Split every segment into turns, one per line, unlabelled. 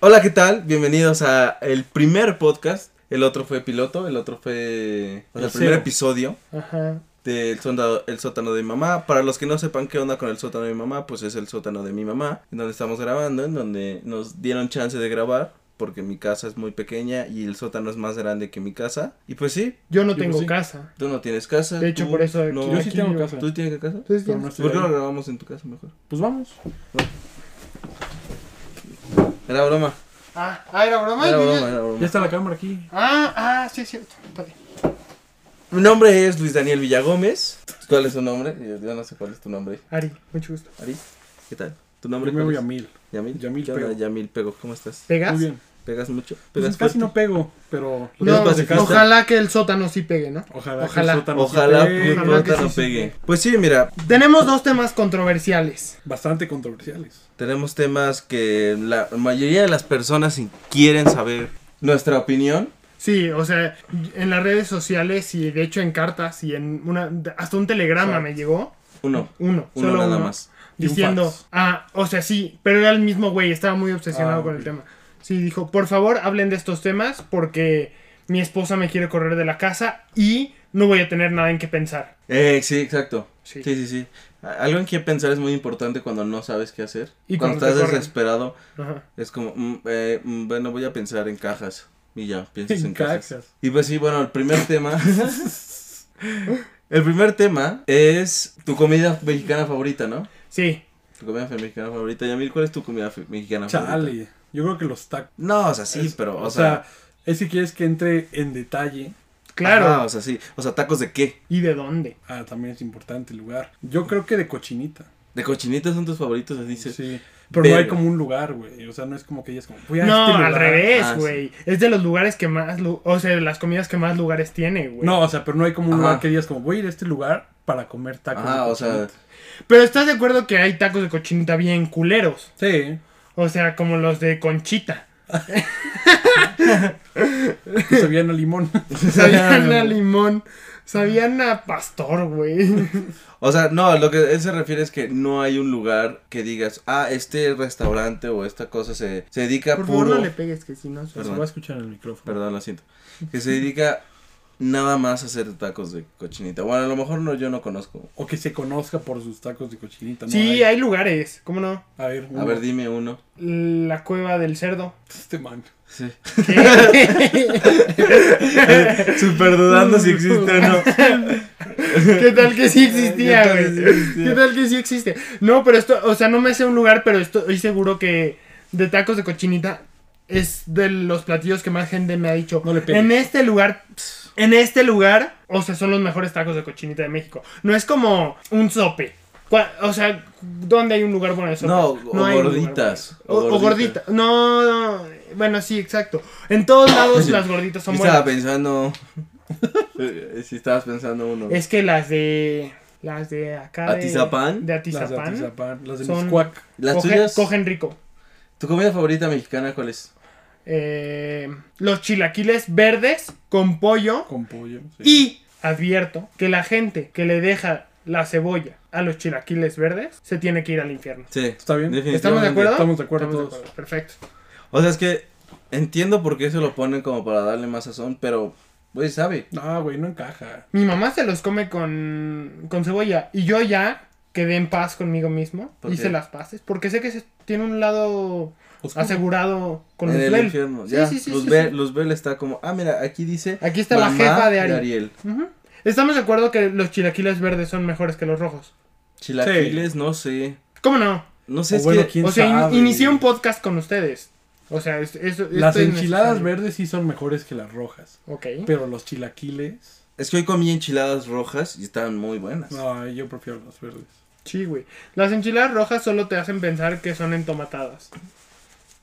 Hola, ¿qué tal? Bienvenidos a el primer podcast. El otro fue piloto, el otro fue o sea, el primer
El cero.
episodio
Ajá.
del sonda- el sótano de mi mamá. Para los que no sepan qué onda con el sótano de mi mamá, pues es el sótano de mi mamá, en donde estamos grabando, en donde nos dieron chance de grabar, porque mi casa es muy pequeña y el sótano es más grande que mi casa. Y pues sí,
Yo no
Yo
tengo
sí. Ah,
casa.
tú no tienes casa.
De hecho,
tú
por eso aquí-
no-
Yo sí
Aquí
tengo
yo-
casa.
¿Tú tienes casa?
Entonces,
Pero
ya-
no estoy
¿Por qué
ahí.
no grabamos en tu casa mejor?
Pues vamos.
Era broma.
ah, ah, era broma.
Era
Yo ya-
broma, era broma.
Ya está la cámara aquí.
Ah, ah, sí, es cierto. Está bien.
Mi nombre es Luis Daniel Villagómez. ¿Cuál es tu nombre? Yo, yo no sé cuál es tu nombre.
Ari, mucho gusto.
Ari, ¿qué tal? ¿Tu
Yo
nombre
me
cuál
voy
es?
a mil.
Yamil.
Yamil
¿Qué onda,
Pego.
Yamil Pego, ¿cómo estás?
¿Pegas?
Muy bien.
¿Pegas mucho?
Pues
¿Pegas
casi no
fuerte?
pego, pero.
No, pues,
¿Eres pacifista?
ojalá que el sótano sí pegue, ¿no?
Ojalá. que
Ojalá.
el sótano sí
Ojalá
pegue.
tu
Ojalá que
nota no pegue. Pues sí, mira,
Tenemos dos temas controversiales.
Bastante controversiales.
tenemos temas que la mayoría de las personas quieren saber nuestra opinión.
Sí, o sea, en las redes sociales y de hecho en cartas y en una hasta un telegrama
Exacto.
me llegó.
Uno,
Uno,
uno
solo
nada
uno,
más.
Y un
Diciendo,
fax.
ah, o sea, sí, pero era el mismo güey, estaba muy obsesionado
Ah,
con el
ok.
tema. Sí, dijo, por favor, hablen de estos temas porque mi esposa me quiere correr de la casa y no voy a tener nada en qué pensar.
Eh, sí, exacto. Sí,
Sí.
sí, sí. A- Algo en que pensar es muy importante cuando no sabes qué hacer.
Y
cuando,
cuando te
estás
corren.
desesperado,
Ajá.
es como, mm, eh, mm, bueno, voy a pensar en cajas. Y ya, piensas en,
En
cajas.
cajas.
Y pues sí, bueno, el primer tema. el primer tema es tu comida mexicana favorita, ¿no?
Sí,
Tu comida fe- mexicana favorita. Yamil, ¿cuál es tu comida fe- mexicana favorita?
Chale. Yo creo que los tacos.
No, o sea, pues, sí,
Es-
pero, o,
O
sea.
sea, es que quieres que entre en detalle.
claro.
ajá, o sea, sí. O sea, ¿tacos de qué?
¿Y de dónde?
Ah, también es importante el lugar. Yo creo que de cochinita.
¿De cochinitas son tus favoritos? Así
Sí.
dices.
Pero no hay
Verga.
como un lugar, güey. O sea, no es como que ella es como. voy a
No,
este
al
lugar.
revés,
Ah, sí.
güey. Es de los lugares que más, lu- o sea, de las comidas que más lugares tiene, güey.
No, o sea, pero no hay como un
Ajá.
lugar que digas como voy a ir a este lugar para comer tacos.
Ajá,
de
o sea.
cochinita.
Pero estás de acuerdo que hay tacos de cochinita bien culeros.
Sí.
O sea, como los de conchita.
que Sabían a limón.
Sabían a limón. Sabían a pastor, güey.
O sea, no, lo que él se refiere es que no hay un lugar que digas, ah, este restaurante o esta cosa se, se dedica
Por favor,
puro.
no le pegues que si no se
Se va a escuchar en el micrófono.
Perdón, lo siento. Que se dedica nada más a hacer tacos de cochinita. Bueno, a lo mejor no, yo no conozco.
O que se conozca por sus tacos de cochinita. ¿no?
Sí,
Ay,
hay lugares, ¿cómo no?
A ver,
A
uno.
ver, dime uno.
La cueva del cerdo.
Este man.
Sí.
¿Qué,
Super dudando si existe o no.
¿Qué tal que sí
¿Qué
existía,
tal
güey?
que sí existía?
¿Qué tal que sí existe? No, pero esto, o sea, no me sé un lugar, pero estoy seguro que de tacos de cochinita es de los platillos que más gente me ha dicho.
No le pegues.
en este lugar, en este lugar, o sea, son los mejores tacos de cochinita de México. No es como un sope. Cua- O sea, ¿dónde hay un lugar bueno de sope?
No, o
hay un lugar
gorditas,
bueno.
o
O, o
gorditas.
gorditas. No, no, bueno, sí, exacto. En todos lados las gorditas
Sí
son
estaba
buenas.
pensando. Si estabas pensando uno.
Es que las de. Las de acá. de-
¿Atizapán?
De
Las de
Atizapán.
Atizapán, las de
son-
Miscuac.
Las
coge-
tuyas.
Cogen rico.
¿Tu comida favorita mexicana cuál es?
Eh, los chilaquiles verdes con pollo.
Con pollo. sí.
Y advierto que la gente que le deja la cebolla a los chilaquiles verdes se tiene que ir al infierno.
Sí.
¿Está bien?
definitivamente.
¿Estamos de acuerdo?
Estamos de acuerdo
Estamos de
todos.
acuerdo, Perfecto.
O sea, es que entiendo por qué eso lo ponen como para darle más sazón, pero, güey, sabe.
No, güey, no encaja.
Mi mamá se los come con, con cebolla. Y yo ya quedé en paz conmigo mismo.
¿Por
Hice
qué?
las paces. Porque sé que se tiene un lado
Oscuro.
asegurado con
en el
Luzbel.
infierno.
Sí,
Ya,
sí, sí, sí,
Luzbel,
sí.
Luzbel está como, ah, mira, aquí dice.
Aquí está la
mamá
jefa de Ari.
Ariel.
Ujú. Estamos de acuerdo que los chilaquiles verdes son mejores que los rojos.
Chilaquiles, no sé.
¿Cómo no?
No sé,
O
es
bueno,
que.
¿quién
O sea, in-
sabe?
inicié un podcast con ustedes. O sea, es- es-
Las
esto es
enchiladas
necesario.
verdes sí son mejores que las rojas.
Ok.
Pero los chilaquiles.
Es que hoy comí enchiladas rojas y estaban muy buenas.
No, yo prefiero las verdes.
Sí, güey. Las enchiladas rojas solo te hacen pensar que son entomatadas.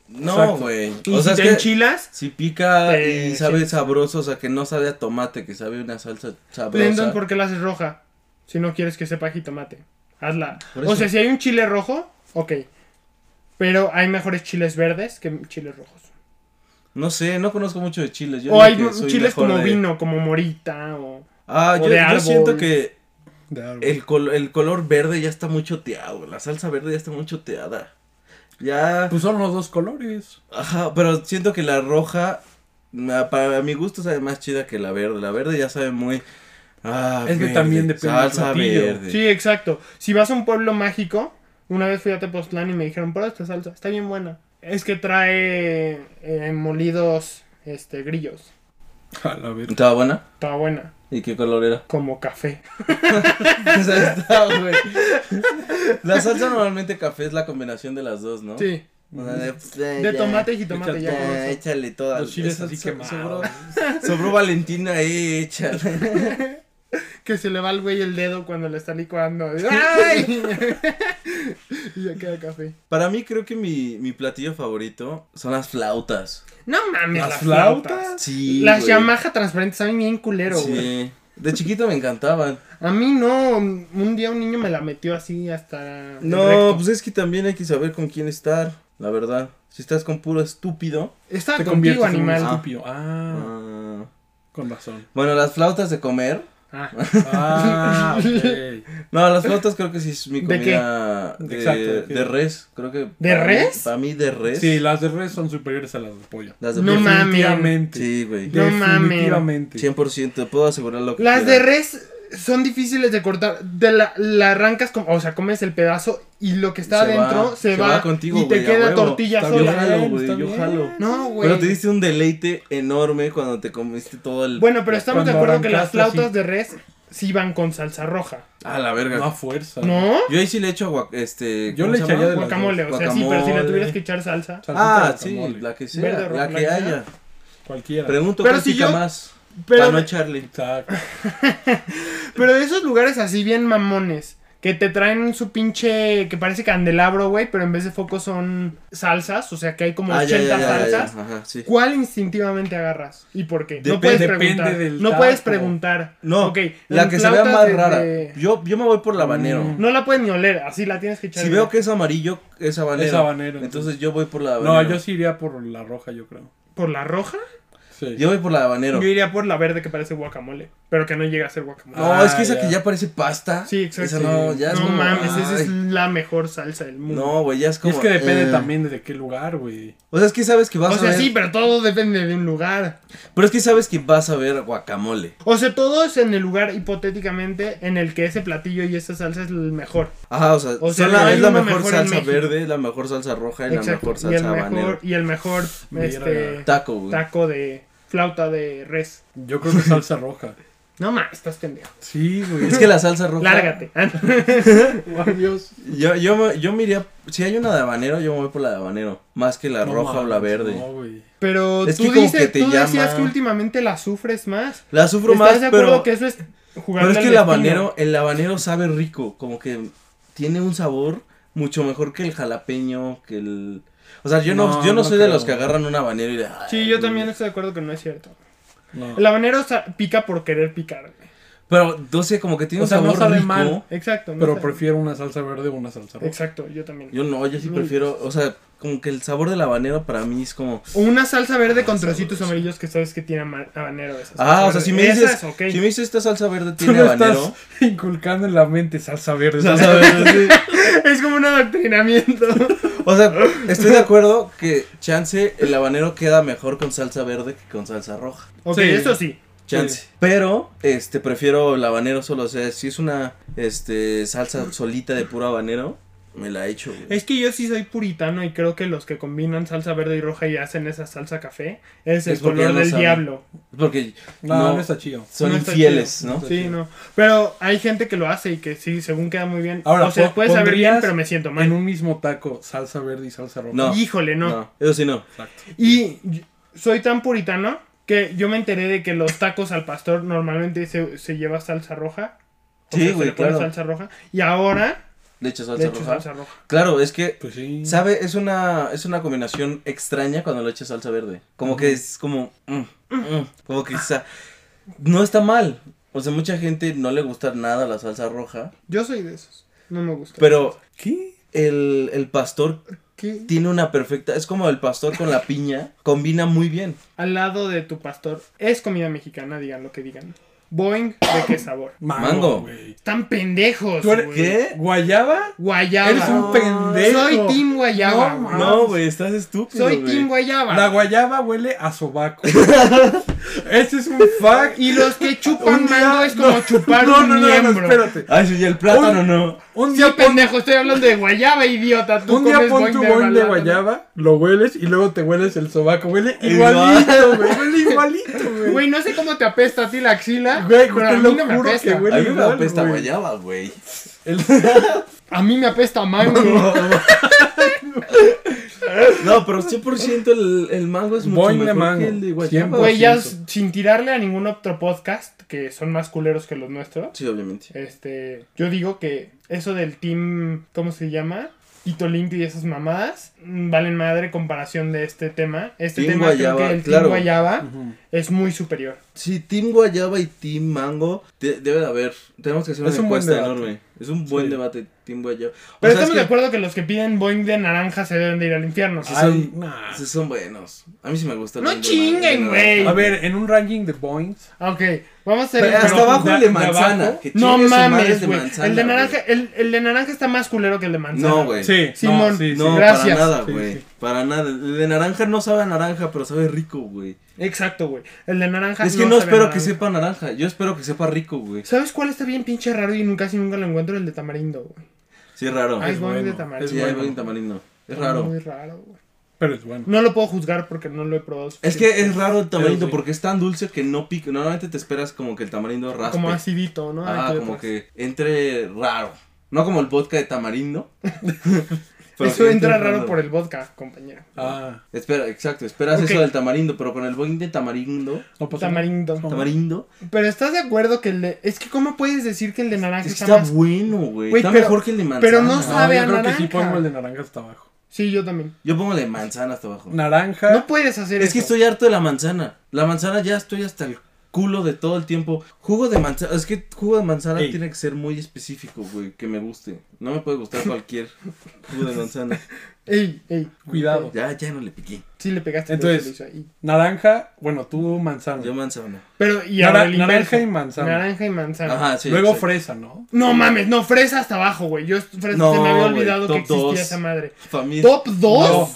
No,
Exacto.
güey.
Y
O sea,
si
es
te
que
enchilas,
si pica
Eh,
y sabe
sí.
sabroso, o sea, que no sabe a tomate, que sabe una salsa sabrosa.
Lendon, ¿por qué la haces roja? Si no quieres que sepa jitomate. Hazla.
Por eso.
O sea, si hay un chile rojo, ok. Pero hay mejores chiles verdes que chiles rojos.
No sé, no conozco mucho de chiles. Yo
o
digo
hay
que soy
chiles
mejor
como
de-
vino, como morita o...
Ah,
o
yo,
de
yo
árbol.
siento que
De árbol.
el, col- el color verde ya está muy choteado. La salsa verde ya está muy choteada. Ya.
Pues son los dos colores.
Ajá, pero siento que la roja, na- para mi gusto, sabe más chida que la verde. La verde ya sabe muy. Ah,
Es que
verde,
también depende del
Salsa
platillo.
verde.
Sí, exacto. Si vas a un pueblo mágico, una vez fui a Tepoztlán y me dijeron, prueba esta salsa, está bien buena. Es que trae eh, molidos este, grillos.
A la ver.
¿Estaba buena?
Está buena.
¿Y qué color era?
Como café.
O sea, estaba, güey. La salsa normalmente café es la combinación de las dos, ¿no?
Sí.
O sea, de, pues,
De tomate y jitomate
Echa
ya. con
Ya,
eso.
échale todas.
Los chiles así quemados.
sobró, sobró Valentina ahí, échale.
Que se le va al güey el dedo cuando le está licuando. ¡Ay! y ya queda café.
Para mí creo que mi, mi platillo favorito son las flautas.
No mames,
¿Las
las, flautas.
flautas?
Sí.
las
güey.
Yamaha transparentes saben bien culero,
Sí.
güey.
De chiquito me encantaban.
A mí no. Un día un niño me la metió así hasta. el
No,
recto.
pues es que también hay que saber con quién estar, la verdad. Si estás con puro estúpido.
Estaba
Te
contigo,
conviertes en un
animal.
estúpido. Ah,
ah,
con razón.
Bueno, las flautas de comer.
Ah.
Ah, ok.
No, las flautas creo que sí es mi
¿De qué?
comida de,
Exacto, ¿de qué?
de res. Creo que
¿De
para mí-
res?
para mí de res.
Sí, las de res son superiores a las de pollo.
Las de
No
pollo.
mames.
Definitivamente.
Sí, güey.
No mames.
Definitivamente.
100%, puedo asegurar lo que
Las de
quiera.
res son difíciles de cortar. Te la, la arrancas, como, o sea, comes el pedazo y lo que está
Se
adentro
va,
se,
se
va,
va contigo,
y te
güey, a
queda
huevo.
tortilla
Está
Yo
bien.
sola.
jalo, güey,
Está
yo
bien.
jalo.
No, güey.
Pero te diste un deleite enorme cuando te comiste todo el...
Bueno, pero estamos de
Cuando
acuerdo que las
arrancaste así.
flautas de res sí van con salsa roja.
A la verga.
No a fuerza.
¿No?
Yo ahí sí le echo agua... Este...
Yo
¿cómo
le
se
echaría
llama?
de las
Guacamole,
dos.
o sea, sí, pero si le
Guacamole.
tuvieras que echar salsa.
Salsita
Ah,
de
sí,
guacamole.
la que sea,
Verde, roja,
la que
blanca.
haya.
Cualquiera.
Pregunto
Pero
cuál
si
pica
yo-
más para no
Pero,
echarle.
Exacto.
pero de esos lugares así bien mamones, que te traen su pinche, que parece candelabro, güey, pero en vez de foco son salsas, o sea que hay como
Ah,
80
ya, ya, ya, ya,
salsas.
ya, Ajá, sí.
¿Cuál instintivamente agarras? ¿Y por qué? no
Depe-
puedes
depende
preguntar.
del
no puedes
taco.
preguntar.
No,
Ok,
la
en
que se vea
flautas
más
de-
rara.
de-
Yo, yo me voy por la habanero.
Mm.
No la puedes ni oler, así la tienes que echar.
Si veo que es amarillo, es habanero.
Es habanero,
Entonces yo voy por la habanero.
No, yo sí iría por la roja, yo creo.
¿Por la roja?
Sí.
Yo voy por la habanero.
Yo iría por la verde que parece guacamole, pero que no llega a ser guacamole.
No, es que esa
Ah,
que
ya.
ya parece pasta.
Sí, exacto.
Esa no, ya es
no
como,
mames, esa es
ay.
la mejor salsa del mundo.
No, güey, ya es
Y
como.
es que depende
eh.
también de qué lugar, güey.
O sea, es que sabes que vas
o
a
sea,
ver.
sí, pero todo depende de un lugar.
Pero es que sabes que vas a ver guacamole.
O sea, todo es en el lugar hipotéticamente en el que ese platillo y esa salsa es el mejor.
Ajá, o sea,
O sea,
son la-
no hay
es la
una
mejor,
mejor en
salsa
México.
verde, es la mejor salsa roja y la
Exacto.
mejor
Y el
salsa habanero.
mejor, y el mejor
Mira.
este,
Taco, güey.
taco de flauta de res.
Yo creo que salsa roja.
No más, estás pendejo.
Sí, güey.
Es que la salsa roja.
Lárgate. Ah,
Adiós.
Yo, yo, me- yo me iría. Si hay una de habanero, yo me voy por la de habanero. Más que la
No
roja o la
mames,
verde.
No, güey.
Pero
Es
tú,
que como
dices-
que te
tú decías
llama.
que últimamente la sufres más.
La sufro
¿Estás
más,
de
pero.
acuerdo que eso es jugar
pero es
al
que el
destino?
habanero, el habanero sabe rico. Como que tiene un sabor mucho mejor que el jalapeño, que el. O sea, yo no,
No,
yo no,
no
soy de
creo.
los que agarran un habanero y de. "Ay,
Sí, yo
güey".
también estoy de acuerdo que no es cierto.
No.
El habanero sa- pica por querer picar. güey.
Pero, no sé, como que tiene
O
un
sea, no
sabor
sabe
rico.
mal.
Exacto. no
Pero
sé.
prefiero una salsa verde o una salsa roja.
Exacto, yo también.
Yo no, yo sí
Mm.
prefiero. O sea, como que el sabor del habanero para mí es como.
O una salsa verde con
Ah, Salsa
trocitos
verde.
amarillos que sabes que tiene ama- habanero. esa
Ah,
salsa
o sea,
verde.
si me
Esa
dices.
es ok.
Si me dices esta salsa verde
Tú
tiene
me estás
habanero.
inculcando en la mente salsa verde.
Salsa verde, sí.
Es como un adoctrinamiento.
O sea, estoy de acuerdo que chance el habanero queda mejor con salsa verde que con salsa roja.
ok,
Sí.
eso sí.
Chance.
Sí.
Pero, este, prefiero el habanero solo. O sea, si es una, este, salsa solita de puro habanero, me la echo, güey.
Es que yo sí soy puritano y creo que los que combinan salsa verde y roja y hacen esa salsa café es el
Es porque
color
no
del
saben.
diablo.
Porque
No, no, está chido.
son
No está
infieles,
chido.
¿no?
Está
Sí,
chido.
no. Pero hay gente que lo hace y que sí, según queda muy bien.
Ahora,
o sea,
¿po-
puede saber bien,
pondrías
pero me siento mal.
En un mismo taco, salsa verde y salsa roja.
No.
Híjole, no.
No, eso sí no.
Exacto.
Y yo- soy tan puritano que yo me enteré de que los tacos al pastor normalmente se, se lleva salsa roja. O
Sí,
sea, se
güey,
le pone
claro.
salsa roja. Y ahora
Le echo salsa
le echo
roja.
salsa roja.
Claro, es que,
Pues sí.
¿sabe? Es una, es una combinación extraña cuando le echas salsa verde. Como que es como, mm, mm, como que sa- no está mal. O sea, mucha gente no le gusta nada la salsa roja.
Yo soy de esos. No me gusta.
Pero
¿Qué?
el, el pastor
¿Qué?
tiene una perfecta. Es como el pastor con la piña. Combina muy bien.
Al lado de tu pastor es comida mexicana, digan lo que digan. Boing, ¿de qué sabor?
Mango.
güey.
Están pendejos,
¿Tú eres
güey.
¿Qué?
¿Guayaba?
Guayaba.
Eres un pendejo.
Ah, Soy Team Guayaba.
No,
güey.
No, güey, estás estúpido.
Soy
güey.
Team Guayaba.
La guayaba huele a sobaco. Ese es un fact.
Y los que
Un
chupan
día-
mango es como
no,
chupar
no,
un
no, no, no,
miembro.
espérate.
Ay, sí, y Ah, el plátano
Uy.
no.
Un
Sí,
día pon,
pendejo, estoy hablando de guayaba, idiota. Tú
un día
comes
pon
Boing
tu
de
boing de
balada.
guayaba, lo hueles y luego te hueles el sobaco. Huele
Igual.
igualito, güey. Huele igualito, güey.
Güey, no sé cómo te apesta a ti la axila,
Güey,
pero a
te
mí
lo
no me
juro que
apesta.
huele
A mí me
igual,
apesta
güey.
guayaba, güey.
El-
A mí me apesta mango.
No, pero 100% el, el mango es mucho
Boing de
mejor
mango.
que el de guayaba.
Siempre.
Güey, ya
sí,
sin tirarle a ningún otro podcast, que son más culeros que los nuestros,
Sí, obviamente.
este, yo digo que eso del team, ¿cómo se llama? Tito Limpio y esas mamadas, mm, valen madre comparación de este tema. Este
Team
tema creo
guayaba,
que el
claro.
team guayaba
Ujú.
es muy superior.
Sí, team guayaba y team mango de- debe de haber. Tenemos que hacer una
Es un buen
encuesta
debate.
enorme. Es un buen
Sí.
debate, team guayaba. O sea, es
Pero estamos de
que
acuerdo que los que piden Boeing de naranja se deben de ir al infierno.
Sí,
Ay,
son-
nah.
sí son buenos. A mí sí me gusta el
No
mango de
chinguen,
mango.
güey.
A ver, en un ranking de boings.
Ah, Ok, vamos a hacer...
Pero hasta
pero-
abajo el de
de
manzana.
abajo.
que
No
chingue su madre el
mames,
de
güey.
manzana,
El de naranja,
güey.
el, el de naranja está más culero que el de manzana.
No, güey.
Sí,
Simón,
no, sí, sí.
No,
Gracias.
para nada,
Sí,
güey.
sí.
Para nada. El de naranja no sabe a naranja, pero sabe rico, güey.
Exacto, güey. El de naranja
Es que no,
sabe a
espero que
naranja.
sepa naranja. Yo espero que sepa rico, güey.
¿Sabes cuál está bien pinche raro y nunca casi nunca lo encuentro? El de tamarindo, güey.
Sí, es raro.
Ay,
es
boing de
bueno,
tamarindo.
es
sí, hay
bueno,
buen tamarindo. Es raro.
Muy raro, güey.
pero es bueno.
No lo puedo juzgar porque no lo he probado.
Es que es raro el tamarindo
sí.
porque es tan dulce que no pica. Normalmente te esperas como que el tamarindo raspe.
Como acidito, ¿no?
Ah,
Aquí
como
atrás.
que entre raro. No como el vodka de tamarindo. Pero
Eso
que
entra raro por el vodka, compañero.
Ah,
Espera, exacto, esperas
Ok.
eso del tamarindo, pero con el boing de tamarindo,
no pasa nada.
Tamarindo.
Toma.
tamarindo,
Pero estás de acuerdo que el de. Es que, ¿cómo puedes decir que el de naranja
es que
Ah, está,
está
más.
bueno, güey,
Güey,
está
pero-
mejor que el de manzana.
pero no
No,
sabe
Ah, yo
a
creo que sí
naranja.
pongo el de naranja hasta abajo.
Sí, yo también.
Yo pongo el de manzana hasta abajo.
Naranja.
No puedes hacer
Es que
eso.
estoy harto de la manzana. La manzana ya estoy hasta el culo de todo el tiempo. Jugo de manzana. Es que jugo de manzana
Ey.
tiene que ser muy específico, güey. Que me guste. No me puede gustar cualquier jugo de manzana.
Ey, ey.
Cuidado.
Ya, ya no le piqué.
Sí, le pegaste.
Entonces-
pero se lo hizo ahí.
Naranja, bueno, tú manzana.
Yo manzana.
Pero, y
Nara-
ahora el
naranja
inverso.
y manzana.
Naranja y manzana.
Ajá, sí.
Luego
sí.
fresa, ¿no?
No mames, no, fresa hasta abajo, güey. Yo fresa
No,
se me había
güey,
olvidado que
top
existía
dos.
esa madre.
Pa' mí-
¿Top 2?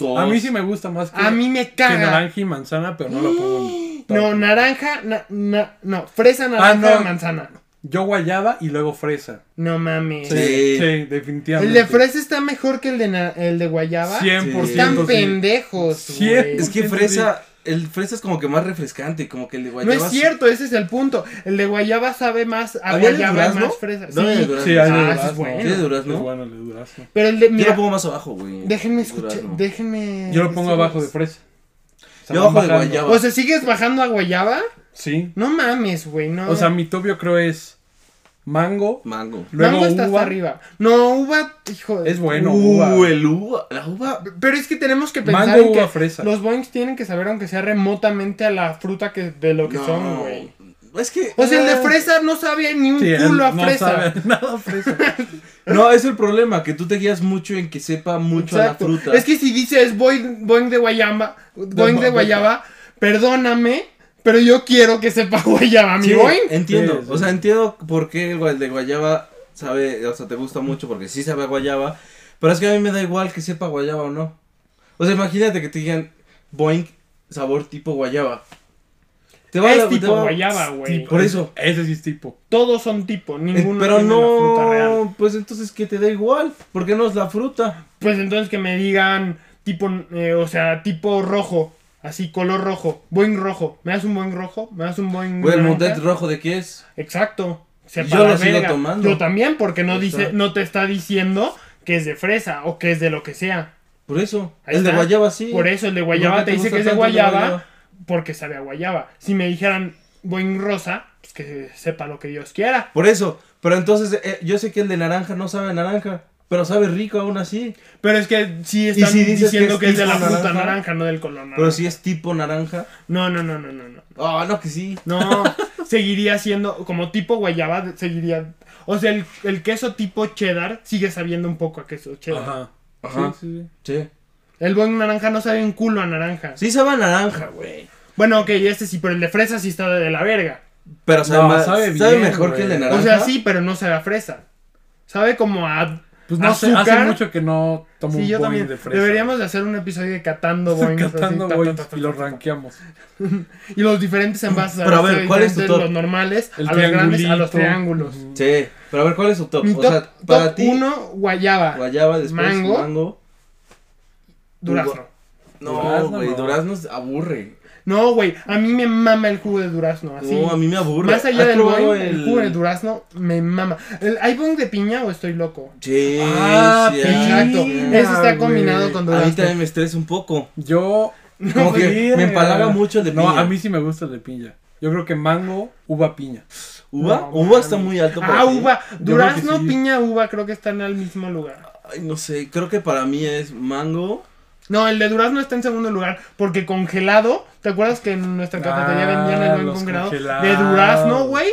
Dos.
No, a mí sí me gusta más que,
A mí me
que
caga.
naranja y manzana, pero no lo pongo. en top. Ah,
No, naranja, na- na- no, fresa, naranja,
no.
manzana.
Yo guayaba y luego fresa.
No mames.
Sí.
El
definitivamente.
de fresa está mejor que el de, na- el de guayaba.
100%.
Sí.
Están
sí.
pendejos,
Cien-
güey.
Es que
Entiendo,
fresa. El fresa es como que más refrescante. Como que el de
No
guayaba.
es cierto, ese es el punto. El de guayaba sabe más a
¿Había de
guayaba y
durazno?
más fresa.
No había de
Sí,
durazno.
Sí, hay de
Ah,
durazno.
es bueno.
Sí, de durazno.
Es bueno el de durazno.
pero el de
Yo
mira,
lo pongo más abajo, güey.
déjenme escuchar,
Durazno.
déjenme
Yo lo pongo
decirles.
abajo de fresa. Se
Yo
van
abajo de
bajando.
guayaba.
O sea, sigues bajando a guayaba?
Sí.
No mames, güey, no.
O sea, mi top yo creo es mango,
Mango.
luego
Mango está
uva.
hasta arriba. No, uva, hijo de-
Es bueno, uva.
Uh, el uva. La uva.
Pero es que tenemos que pensar
Mango,
en que
uva, fresa.
los boings tienen que saber aunque sea remotamente a la fruta que de lo que son, güey.
Es que.
O sea, el de
Ah.
fresa no sabía ni un
Sí, él
culo a
no
fresa.
sabe nada a fresa.
No, es el problema, que tú te guías mucho en que sepa mucho
Exacto.
a la fruta.
Es que si dices boing, boing de guayamba, boing
ma-
de guayaba, perdóname, pero yo quiero que sepa guayaba mi
Sí, eh,
boing.
Entiendo,
Sí, sí.
o sea, entiendo por qué el gua- el de guayaba sabe, o sea, te gusta mucho porque sí sabe a guayaba, pero es que a mí me da igual que sepa guayaba o no. O sea, imagínate que te digan Boing sabor tipo guayaba. Te
Es
la- te
tipo
va-
guayaba, güey.
Por eso.
Ese sí es tipo.
Todos son tipo,
Eh,
ninguno
pero
tiene la fruta real.
no, pues entonces que te da igual, porque no es la fruta.
Pues entonces que me digan tipo, eh, o sea, tipo rojo, así color rojo, Boeing rojo. ¿Me das un Boeing rojo? ¿Me das un Boeing
Güey, el
naranja?
Montet rojo de qué es.
Exacto. Se
Yo
para
lo
la
sigo
verga.
tomando.
Yo también, porque no dice,
Exacto.
no te está diciendo que es de fresa o que es de lo que sea.
Por eso.
Ahí
el de
está.
guayaba sí.
Por eso el de
¿Por
guayaba
qué
te dice
gusta
que es de
tanto el
guayaba, porque sabe a guayaba. Si me dijeran Boeing rosa, pues que sepa lo que Dios quiera.
Por eso, pero entonces eh, yo sé que el de naranja no sabe a naranja, pero sabe rico aún así.
Pero es que sí están
si dices
diciendo que
que es
es, de la
tipo
fruta naranja,
naranja?
no del color naranja.
Pero si es tipo naranja.
No, no, no, no, no, no.
Ah, no, que sí.
No, seguiría siendo como tipo guayaba, seguiría... O sea, el, el queso tipo cheddar sigue sabiendo un poco a queso cheddar.
Ajá.
Ajá.
Sí, sí, sí.
Sí.
El Boeing naranja no sabe un culo a naranja.
Sí sabe a naranja, güey.
Bueno, ok, este sí, pero el de fresa sí está de la verga.
Pero sabe,
No,
más-
sabe
sabe,
bien,
mejor
güey.
que el de naranja.
O sea, sí, pero no sabe a fresa. Sabe como a.
Pues no sé, hace
Azúcar.
mucho que no tomo
Sí,
un
yo
boing
también.
de fresa.
Deberíamos de hacer un episodio de catando boings. así,
Catando
ta, ta,
boings
ta, ta,
y los
ta, ta.
ranqueamos.
Y los diferentes envases.
Pero a
ver,
ver, ¿cuál es tu top?
diferentes, Los normales,
El
a los grandes, a
triangulito.
los triángulos.
Ujú.
Sí, pero a ver, ¿cuál es su top?
Mi
o
top,
sea, para
top
ti,
uno, guayaba,
guayaba, después mango.
mango. durazno.
No,
Durazno,
güey,
no.
durazno es- aburre.
No, güey, a mí me mama el jugo de durazno, así.
No, a mí me aburre.
Más allá
¿Has
del
probado
boing, el... jugo de durazno me mama. El- ¿Hay boing de piña o estoy loco?
Sí,
Ah,
sí,
Exacto.
sí.
Eso está
güey.
combinado con
A mí
durazno.
también me estresa un poco.
Yo.
Como que me empalaga mucho el de
No,
piña.
a mí sí me gusta el de piña. Yo creo que mango, uva, piña.
¿Uva?
No,
uva
mami.
está muy alto para
Ah,
ti.
uva.
Yo creo que
Durazno,
sí.
piña, uva, creo que están al mismo lugar.
Ay, no sé, creo que para mí es mango.
No, el de durazno está en segundo lugar porque congelado. ¿Te acuerdas que en nuestra cafetería
Ah,
vendían el boing
los
congelado? De
congelados.
durazno, güey.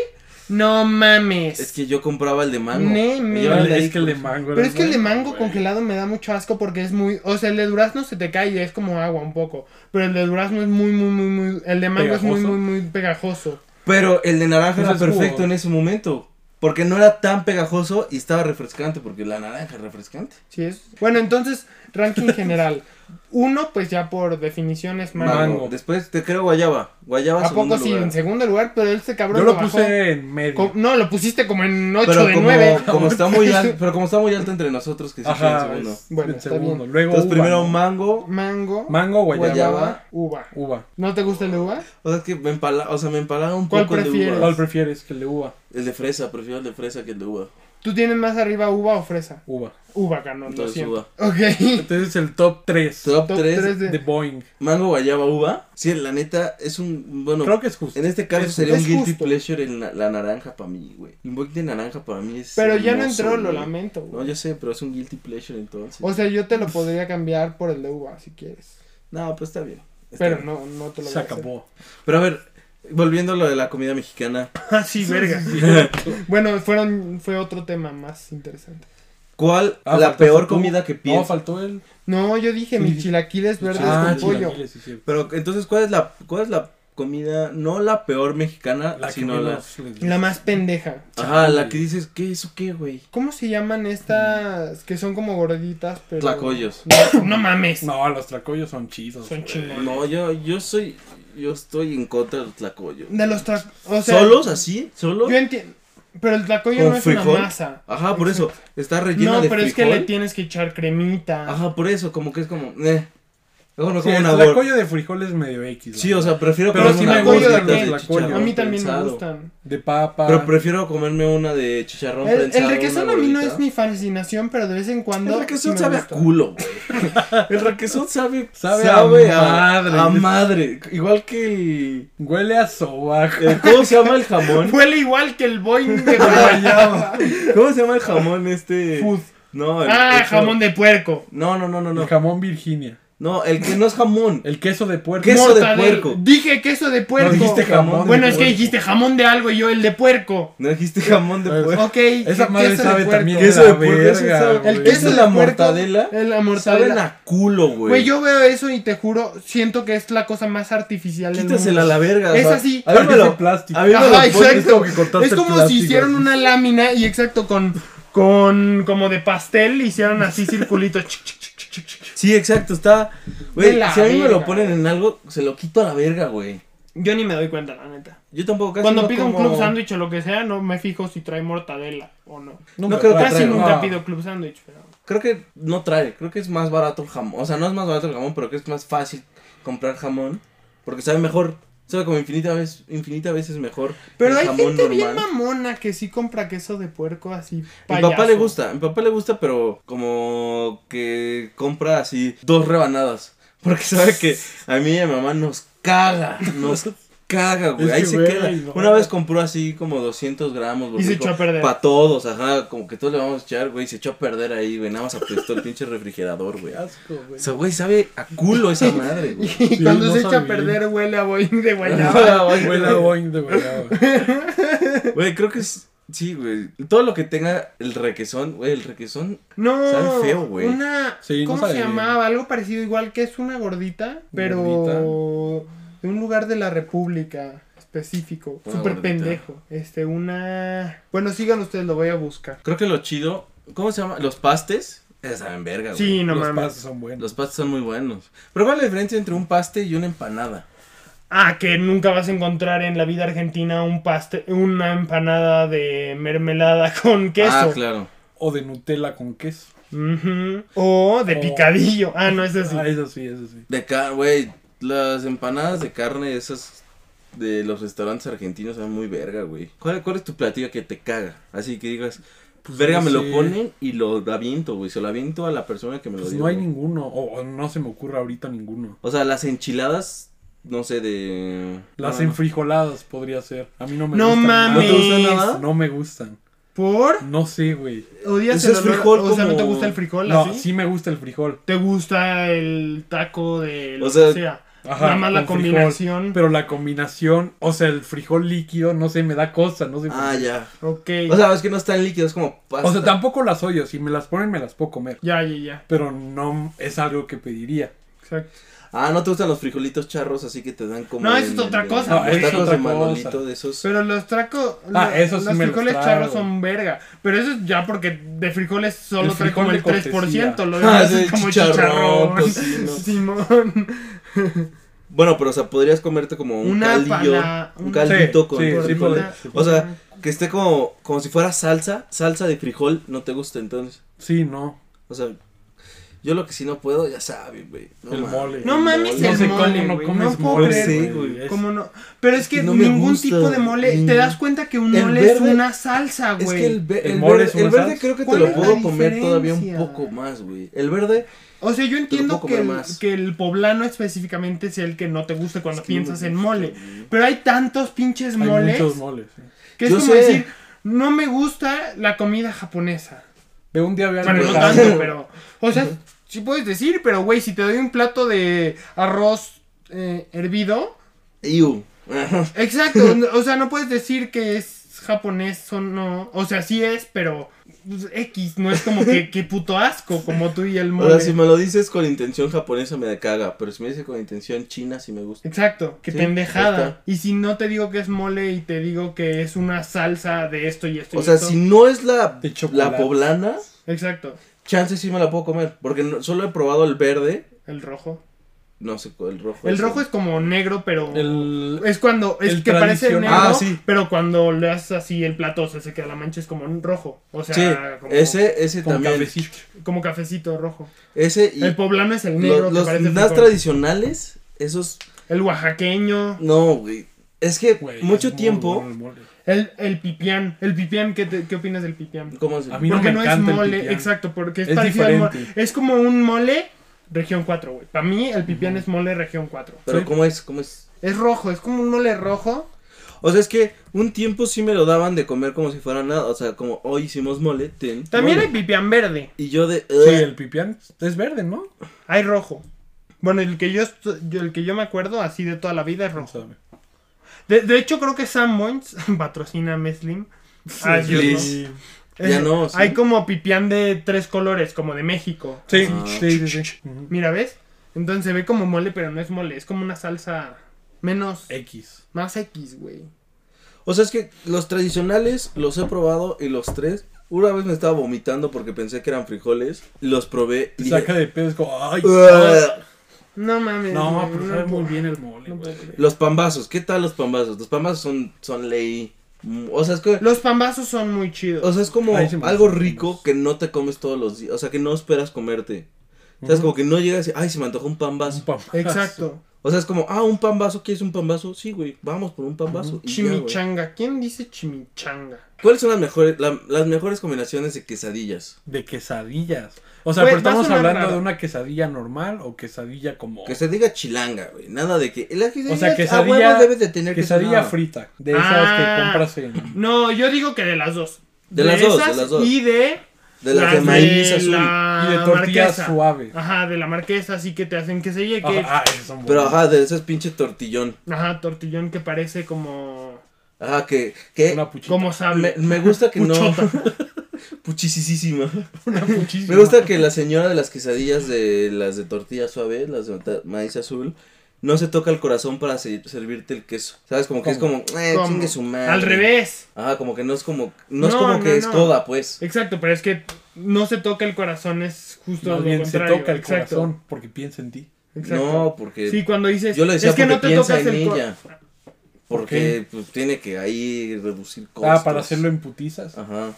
No mames.
Es que yo compraba el de mango.
Neme.
Yo
es
le di-
que el de mango.
Pero es que el de
bueno,
mango
güey.
congelado me da mucho asco porque es muy... O sea, el de durazno se te cae y es como agua un poco. Pero el de durazno es muy, muy, muy, muy... El de mango es
¿Pegajoso?
muy, muy, muy pegajoso.
Pero el de naranja
Pues
era
es
perfecto
jugo.
en ese momento. Porque no era tan pegajoso y estaba refrescante. Porque la naranja es refrescante.
Sí es. Bueno, entonces, ranking general. Uno, pues ya por definición es mango.
Mango.
Mango.
Después te creo guayaba. Guayaba
¿A poco
segundo
sí?
lugar.
En segundo lugar, pero este cabrón
Yo lo
bajó
puse en medio.
co- no, lo pusiste como en 8
Pero
de
como,
9.
como está muy alto, pero como está muy alto entre nosotros que sí fue en
Ajá.
segundo.
es-
Bueno,
en
está
segundo.
bien.
Luego.
Entonces
uva.
primero mango.
Mango,
Mango, guayaba.
guayaba.
uva.
Uva.
¿No te gusta el de uva?
O sea, es que me empalaga, o sea, me empalaga un
¿Cuál
poco el de
prefieres?
uva.
¿Cuál prefieres? Que el de uva.
El de fresa, prefiero el de fresa que el de uva.
¿Tú tienes más arriba uva o fresa?
Uva.
Uva, Canón, lo
Entonces,
siento. Ok.
Entonces el top 3
Top,
Top
3,
tres de-
de Boeing.
mango, guayaba, uva. Sí, la neta es un bueno,
Creo que es justo.
en este caso
es-
sería un
es
guilty
justo.
pleasure en la, la naranja para mí, güey. El boing de naranja para mí es
Pero ya no
hermoso,
entró, lo
güey.
lamento.
No,
güey.
yo sé, pero es un guilty pleasure entonces.
O sea, yo te lo podría cambiar por el de uva si quieres.
no, pues está bien. está
Pero
bien.
no, no te lo
Se acabó.
Pero a ver, volviendo a lo de la comida mexicana,
Ah, sí, verga. bueno, fueron, fue otro tema más interesante.
¿cuál la
Ah, faltaste
peor
tú.
comida que
No,
piensas?
Ah, faltó el.
No, yo dije
Sí.
mis chilaquiles verdes
Ah,
con pollo.
chilaquiles, sí, sí.
Pero entonces, ¿cuál es la cuál es la comida no la peor mexicana,
La que
sino la
menos les-
La más pendeja.
Ajá, la que dices, ¿qué eso qué, güey?
¿Cómo se llaman estas que son como gorditas, pero.
Tlacoyos.
No, no mames.
No, los tracollos son chidos.
Son
güey.
chingones.
No, yo yo soy yo estoy en contra del tlacoyo.
De los tra- O sea,
¿Solos así? ¿Solos?
Yo entiendo. Pero el tlacoyo
¿Con
no es
frijol?
una masa.
Ajá, por eso está rellena
No,
de
pero es que
frijol.
le tienes que echar cremita.
Ajá, por eso como que es como, eh. Luego no
Sí,
como
el
una bol.
tracollo de frijoles medio X. la
Sí, o
verdad.
sea, prefiero
Pero
comerme
sí
una
me gusta
bolsita
también
de
el tlacoyo.
chicharrón
A mí también
prensado.
me gustan.
De papa.
Pero prefiero comerme una de chicharrón
El, el
prensado.
requesón
una
a mí no
bolita.
es mi fascinación, pero de vez en cuando.
El requesón
sí me
sabe a
gusta.
culo, güey. El requesón sabe,
Sabe a madre.
a madre. Igual que el,
Huele a sobaco.
el- ¿Cómo se llama el jamón?
Huele igual que el boing de
Guayaba.
¿Cómo se llama el jamón este?
Food.
No, el,
Ah,
el-
jamón de puerco.
No, no, no, no,
El
no.
jamón Virginia.
No, el que no es jamón.
El queso de puerco.
Queso de
Mortadela.
puerco.
Dije queso de puerco.
dijiste jamón de
Bueno, es que
puerco.
dijiste jamón de algo y yo el de puerco.
No dijiste jamón de
Pues,
puerco.
Ok.
Esa
que
madre
queso de
sabe
puerco.
también.
Queso
de
de
la
puerco,
verga,
ese sabe-
güey.
El
El
queso
queso
de
de la
puerco,
mortadela.
el- la
Saben
mortadela.
a culo, güey.
Güey, yo veo eso y te juro, siento que es la cosa más artificial del
Quítasela a
mundo.
la verga. o
Es
sea,
así.
A mí me
Parece
lo,
plástico.
a mí me
Ajá,
lo pones-
exacto.
que cortaste
Es
el
como si
plástico,
hicieran
así.
una lámina y exacto con con como de pastel hicieron así circulitos. Chic, chic, chic, chic, chic, chic.
Sí, exacto, está... Güey,
De la
si a mí me lo
verga.
ponen en algo, se lo quito a la verga, güey.
Yo ni me doy cuenta, la neta.
Yo tampoco casi
Cuando
no
pido un
como-
club sándwich o lo que sea, no me fijo si trae mortadela o no.
No creo que
Casi
traigo.
nunca
Ah.
pido club sándwich, pero
Creo que no trae, creo que es más barato el jamón. O sea, no es más barato el jamón, pero que es más fácil comprar jamón. Porque sabe mejor, sabe como infinita vez, infinita veces mejor.
Pero
el
hay
jamón
gente bien
normal.
mamona que sí compra queso de puerco así.
Mi
Payaso.
papá le gusta, mi papá le gusta, pero como que compra así dos rebanadas. Porque sabe que a mí y a mi mamá nos caga, nos caga, güey.
Es
Ahí
que,
se
güey,
queda.
no.
Una vez compró así como 200 gramos, güey.
Y se echó a perder.
Para todos, ajá, como que todos le vamos a echar, güey. Se echó a perder ahí, güey. Nada más apestó el pinche refrigerador, güey.
Asco, güey.
O sea, güey, sabe a culo esa madre, güey.
Y
Sí,
cuando
no
se echa a
sabe bien.
perder huele a boing de guayaba.
Huele a boing de guayaba.
Güey, creo que es. Sí, güey. Todo lo que tenga el requesón, güey, el requesón.
No.
Sabe feo, güey.
Una.
Sí, no
¿Cómo
sabe
se
bien.
llamaba? Algo parecido, igual que es una gordita, pero.
Gordita.
De un lugar lugar de la República específico,
Una
súper
gordita.
pendejo. Este, una... Bueno, sigan ustedes, lo voy a buscar.
Creo que lo chido, ¿cómo se llama? Los pastes. Esas saben verga, güey.
Sí, no
Los
mames.
pasos son buenos.
Los pastes son muy buenos. Pero ¿cuál es la diferencia entre un paste y una empanada?
Ah, que nunca vas a encontrar en la vida argentina un pastel, una empanada de mermelada con queso.
Ah, claro.
O de Nutella con queso.
Ujú. O de
O-
picadillo. Ah, no es así.
Ah, eso sí, eso sí.
De carne, güey. Las empanadas de carne, esas de los restaurantes argentinos, son muy verga, güey. ¿Cuál, cuál es tu platillo que te caga? Así que digas, pues verga,
no
me
sé.
lo ponen y lo aviento, güey. Se lo aviento a la persona que me lo
Pues
dio.
no hay
güey.
ninguno, o, o no se me ocurre ahorita ninguno.
O sea, las enchiladas, no sé, de.
Las
no, no.
enfrijoladas podría ser. A mí no me
No
gustan. nada.
¿No te
mames.
gusta nada?
No me gustan.
¿Por?
No sé, güey.
¿Odias
Ese
el
es
olor?
frijol
O sea, ¿no te
como-
gusta el frijol
No,
así?
sí me gusta el frijol.
¿Te gusta el taco de lo
O sea,
que sea? Nada más la
con frijol.
combinación.
Pero la combinación, o sea, el frijol líquido, no sé, me da cosa, no sé. por
Ah,
qué.
ya.
Ok.
O sea, es que no están líquidos, es como pasta.
O sea, tampoco las odio, si me las ponen me las puedo comer.
ya, ya, ya.
Pero no es algo que pediría.
Exacto.
Ah, no te gustan los frijolitos charros, así que te dan como.
No, eso
en
es otra
el-
cosa,
Los
güey.
tacos
Otra
de
cosa.
manolito de esos.
Pero los tracos.
Ah, eso sí
Los
me los
frijoles
trago.
charros son verga. Pero eso es ya porque de frijoles solo
El
trae como el
frijol de
3%. Lo
cortesía.
demás
Ah,
es
sí,
como
chicharrón, pues,
chicharrón.
tocino.
Simón.
Bueno, pero o sea, podrías comerte como un
Una
caldillo.
pana-
Un
una-
caldito
Sí,
con
sí, sí,
frijoles.
podría.
O sea, que esté como, como si fuera salsa, salsa de frijol, no te gusta entonces.
Sí, no.
O sea, yo lo que sí no puedo, ya sabes, güey. No
El
mames.
mole.
No mames,
No
el
sé
mole,
cómo no
güey,
comes
no puedo
mole,
creer,
sí,
güey.
güey.
¿Cómo no? Pero es
Es que
que
no me
ningún
gusta,
tipo de mole.
ningún-
Te das cuenta que un
El
mole es
verde-
una salsa, güey.
Es que el, ve-
El
el
mole
verde,
es una
el verde
salsa.
creo que te
¿Cuál
lo
es la
puedo comer todavía un
diferencia?
poco más, güey. El verde,
O sea, yo entiendo
puedo
que
comer
el,
más.
que el poblano específicamente sea el que no te guste cuando
Es que no me
piensas en
gusta,
mole.
güey.
Pero hay tantos pinches
Hay
moles
muchos moles. sí.
que es
Yo
como
sé.
decir, no me gusta la comida japonesa.
Ve un día vean
Bueno, no
Ujú.
tanto, pero. O sea, sí puedes decir, pero güey, si te doy un plato de arroz eh, hervido.
Iu.
Exacto, o sea, no puedes decir que es japonés o no. O sea, sí es, pero. pues, X, no es como que, que puto asco, como tú y el
O
mole.
sea, si me lo dices con intención japonesa me da caga, pero si me dices con intención china sí me gusta.
Exacto, que
Sí, ahí
pendejada.
está.
Y si no te digo que es mole y te digo que es una salsa de esto y esto
O
y
sea,
esto.
si no es la,
De chocolate.
la poblana,
Exacto,
chance sí me la puedo comer, porque no- solo he probado el verde,
el rojo.
no sé, el rojo.
El rojo es como negro, pero.
El,
Es cuando. Es
el
que parece negro,
tradicional.
Ah, sí.
pero cuando le haces así el plato, o sea, se queda la mancha, es como un rojo. O sea,
Sí,
como,
ese, ese
con
también.
cafecito.
como cafecito rojo.
Ese y
el poblano es el
lo-
negro, que
los
parece
las
frijol.
tradicionales, esos,
El oaxaqueño,
no, güey. Es que
Güey,
mucho
es muy
tiempo,
bueno el mole.
el, el pipián. El pipián, ¿qué, te- qué opinas del pipián?
¿cómo se
A mí no
porque
me
no, es
encanta el
mole,
pipián.
exacto, porque es,
Es
parecido al mole.
diferente.
Es como un mole región 4, güey. Para mí, el pipián es mole región 4.
Pero
Sí.
¿cómo es? ¿Cómo es?
Es rojo, es como un mole rojo.
O sea, es que un tiempo sí me lo daban de comer como si fuera nada, o sea, como hoy hicimos mole, ten
También
mole.
hay pipián verde,
Y yo de...
Sí, el pipián es verde, ¿no?
hay rojo. Bueno, el que yo, estu- yo- el que yo me acuerdo así de toda la vida es
No
rojo.
sabe.
De, de hecho, creo que Sanborns patrocina a Meslim. Ah, yo
sí.
no. Eh,
Sí,
Ya no, sí.
Hay como pipián de tres colores, como de México.
sí,
Ah.
sí, sí, sí. Ujú.
Mira, ¿ves? Entonces se ve como mole, pero no es mole. Es como una salsa menos...
X.
Más X, güey.
O sea, es que los tradicionales los he probado y los tres. Una vez me estaba vomitando porque pensé que eran frijoles. Los probé y
Te
dije,
saca de pedo, es como, ay,
"Ugh".
No mames.
No,
güey,
pero sabe muy
puedo.
bien el mole,
No
güey.
puedo creer.
Los pambazos, ¿qué tal los pambazos? Los pambazos son, son ley. Mm, O sea, es que-
Los pambazos son muy chidos.
o sea, es como
Ay, sí me
algo
gustan los
rico
pambazos.
que no te comes todos los días. O sea, que no esperas comerte. O sea, es
Ujú.
como que no llegas y, ay, se me antojó un pambazo.
Un pambazo.
Exacto.
O sea, es como, ah, un pambazo, ¿quieres un pambazo? Sí, güey, vamos por un pambazo. y ya, güey.
Chimichanga. ¿Quién dice chimichanga?
¿Cuáles son las mejores, la- las mejores combinaciones de quesadillas?
De quesadillas. O sea,
Güey,
pero
va a
estamos
sonar
hablando
raro.
de una quesadilla normal o quesadilla como.
Que se diga chilanga, güey. Nada de que. La quesadilla,
O sea,
a huevo
quesadilla.
debe de tener que
quesadilla
sonar.
frita. De
Ah.
esas que compras en.
No, yo digo que de las dos.
De las dos, de
esas
las dos.
Y de...
De las de maíz azul.
la
Y de tortillas
Ah, marquesa.
suaves.
Ajá, de la marquesa, así que te hacen que se llegue.
Ah, ah, esas son
Pero
buenas.
ajá, de esas pinche tortillón.
Ajá, tortillón que parece como.
Ajá, que. que
Una puchita.
como sable.
me, me gusta que no.
Puchota.
Puchisísima.
Una puchísima.
Me gusta que la señora de las quesadillas de las de tortilla suave, las de ta- maíz azul, no se toca el corazón para se- servirte el queso. ¿Sabes? Como que
¿Cómo?
es como, eh,
¿Cómo?
chingue su madre.
Al revés.
Ajá, como que no es como, no, es
No,
como
no,
que es
no.
coda, pues.
Exacto, pero es que no se toca el corazón, es justo
Más
lo
bien se
contrario.
toca el
Exacto,
corazón porque piensa en ti.
exacto.
No, porque
Sí, cuando dices.
yo lo decía
es que
porque
no te
piensa
tocas
en
el cor-
ella. Porque pues tiene que ahí reducir costos. Ah,
Ah, para hacerlo en putizas.
Ajá,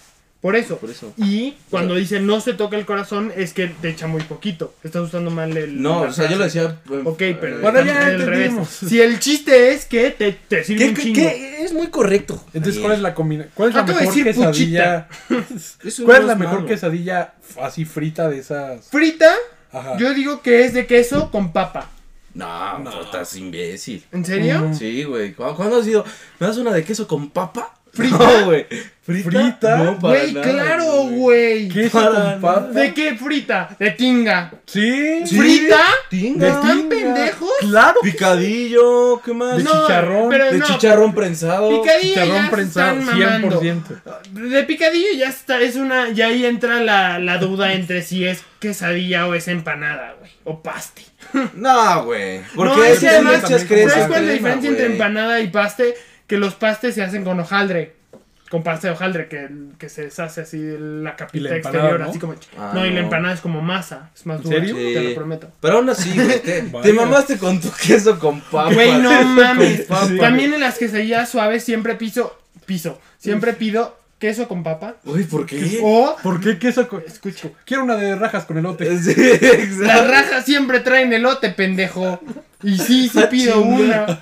Por eso.
por eso.
Y cuando dice no se toca el corazón, es que te echa muy poquito. Estás usando mal el.
No,
la
o sea, yo
frase.
lo decía. eh,
Ok, pero.
Bueno,
Eh,
ya
Bueno, ya
entendimos.
Si el chiste es que te, te sirve
¿Qué,
un
qué,
chingo.
qué? Es muy correcto.
Entonces, ¿cuál es la combinación? ¿Cuál es la
Ah, te iba a
mejor
decir
quesadilla?
Es un
¿Cuál es la
más
mejor
malo.
quesadilla f- así frita de esas?
Frita,
Ah.
Ajá.
yo digo que es de queso con papa.
No, no,
No.
estás imbécil.
¿En serio?
Mm.
Sí, güey. ¿Cu- ¿Cuándo has ido? ¿Me das una de queso con papa?
¿Frita?
No, güey. ¿Frita?
¿Frita?
No, para
Güey,
nada,
claro, güey.
¿Queso
Para
con papa?
¿De qué frita? De tinga.
Sí.
Sí.
¿Frita?
Tinga.
¿De ¿Están
tinga.
pendejos?
Claro. que-
Picadillo, ¿qué más?
De
No,
chicharrón,
pero
de
no,
chicharrón prensado.
Picadillo ya
Chicharrón
se
prensado,
están mamando.
100%.
De picadillo ya está, es una, ya ahí entra la, la duda entre si es quesadilla o es empanada, güey, o paste.
No, güey. Porque
No, es que
esas
además,
lechas
también
crecen
¿Sabes
con
cuál es la
crema,
diferencia entre
güey.
empanada y paste? Que los pastes se hacen con hojaldre. Con pasta de hojaldre, que, que se deshace así la
Y
capita
la empanada,
exterior,
¿no?
así como.
Ah,
no, y la
no.
empanada es como masa, es más
¿En
dura,
serio?
te
Sí.
lo prometo.
Pero aún así, güey, te, te
Vaya.
mamaste con tu queso con papa.
Güey, no
Ah, pues, Con
mames.
papa.
También en las quesadillas suaves siempre piso, piso, siempre pido queso con papa
Uy, ¿por qué?
o
¿Por qué queso con.?
escucho.
Quiero una de rajas con elote.
Sí, exacto.
Las rajas siempre traen elote, pendejo. Y sí, sí pido una.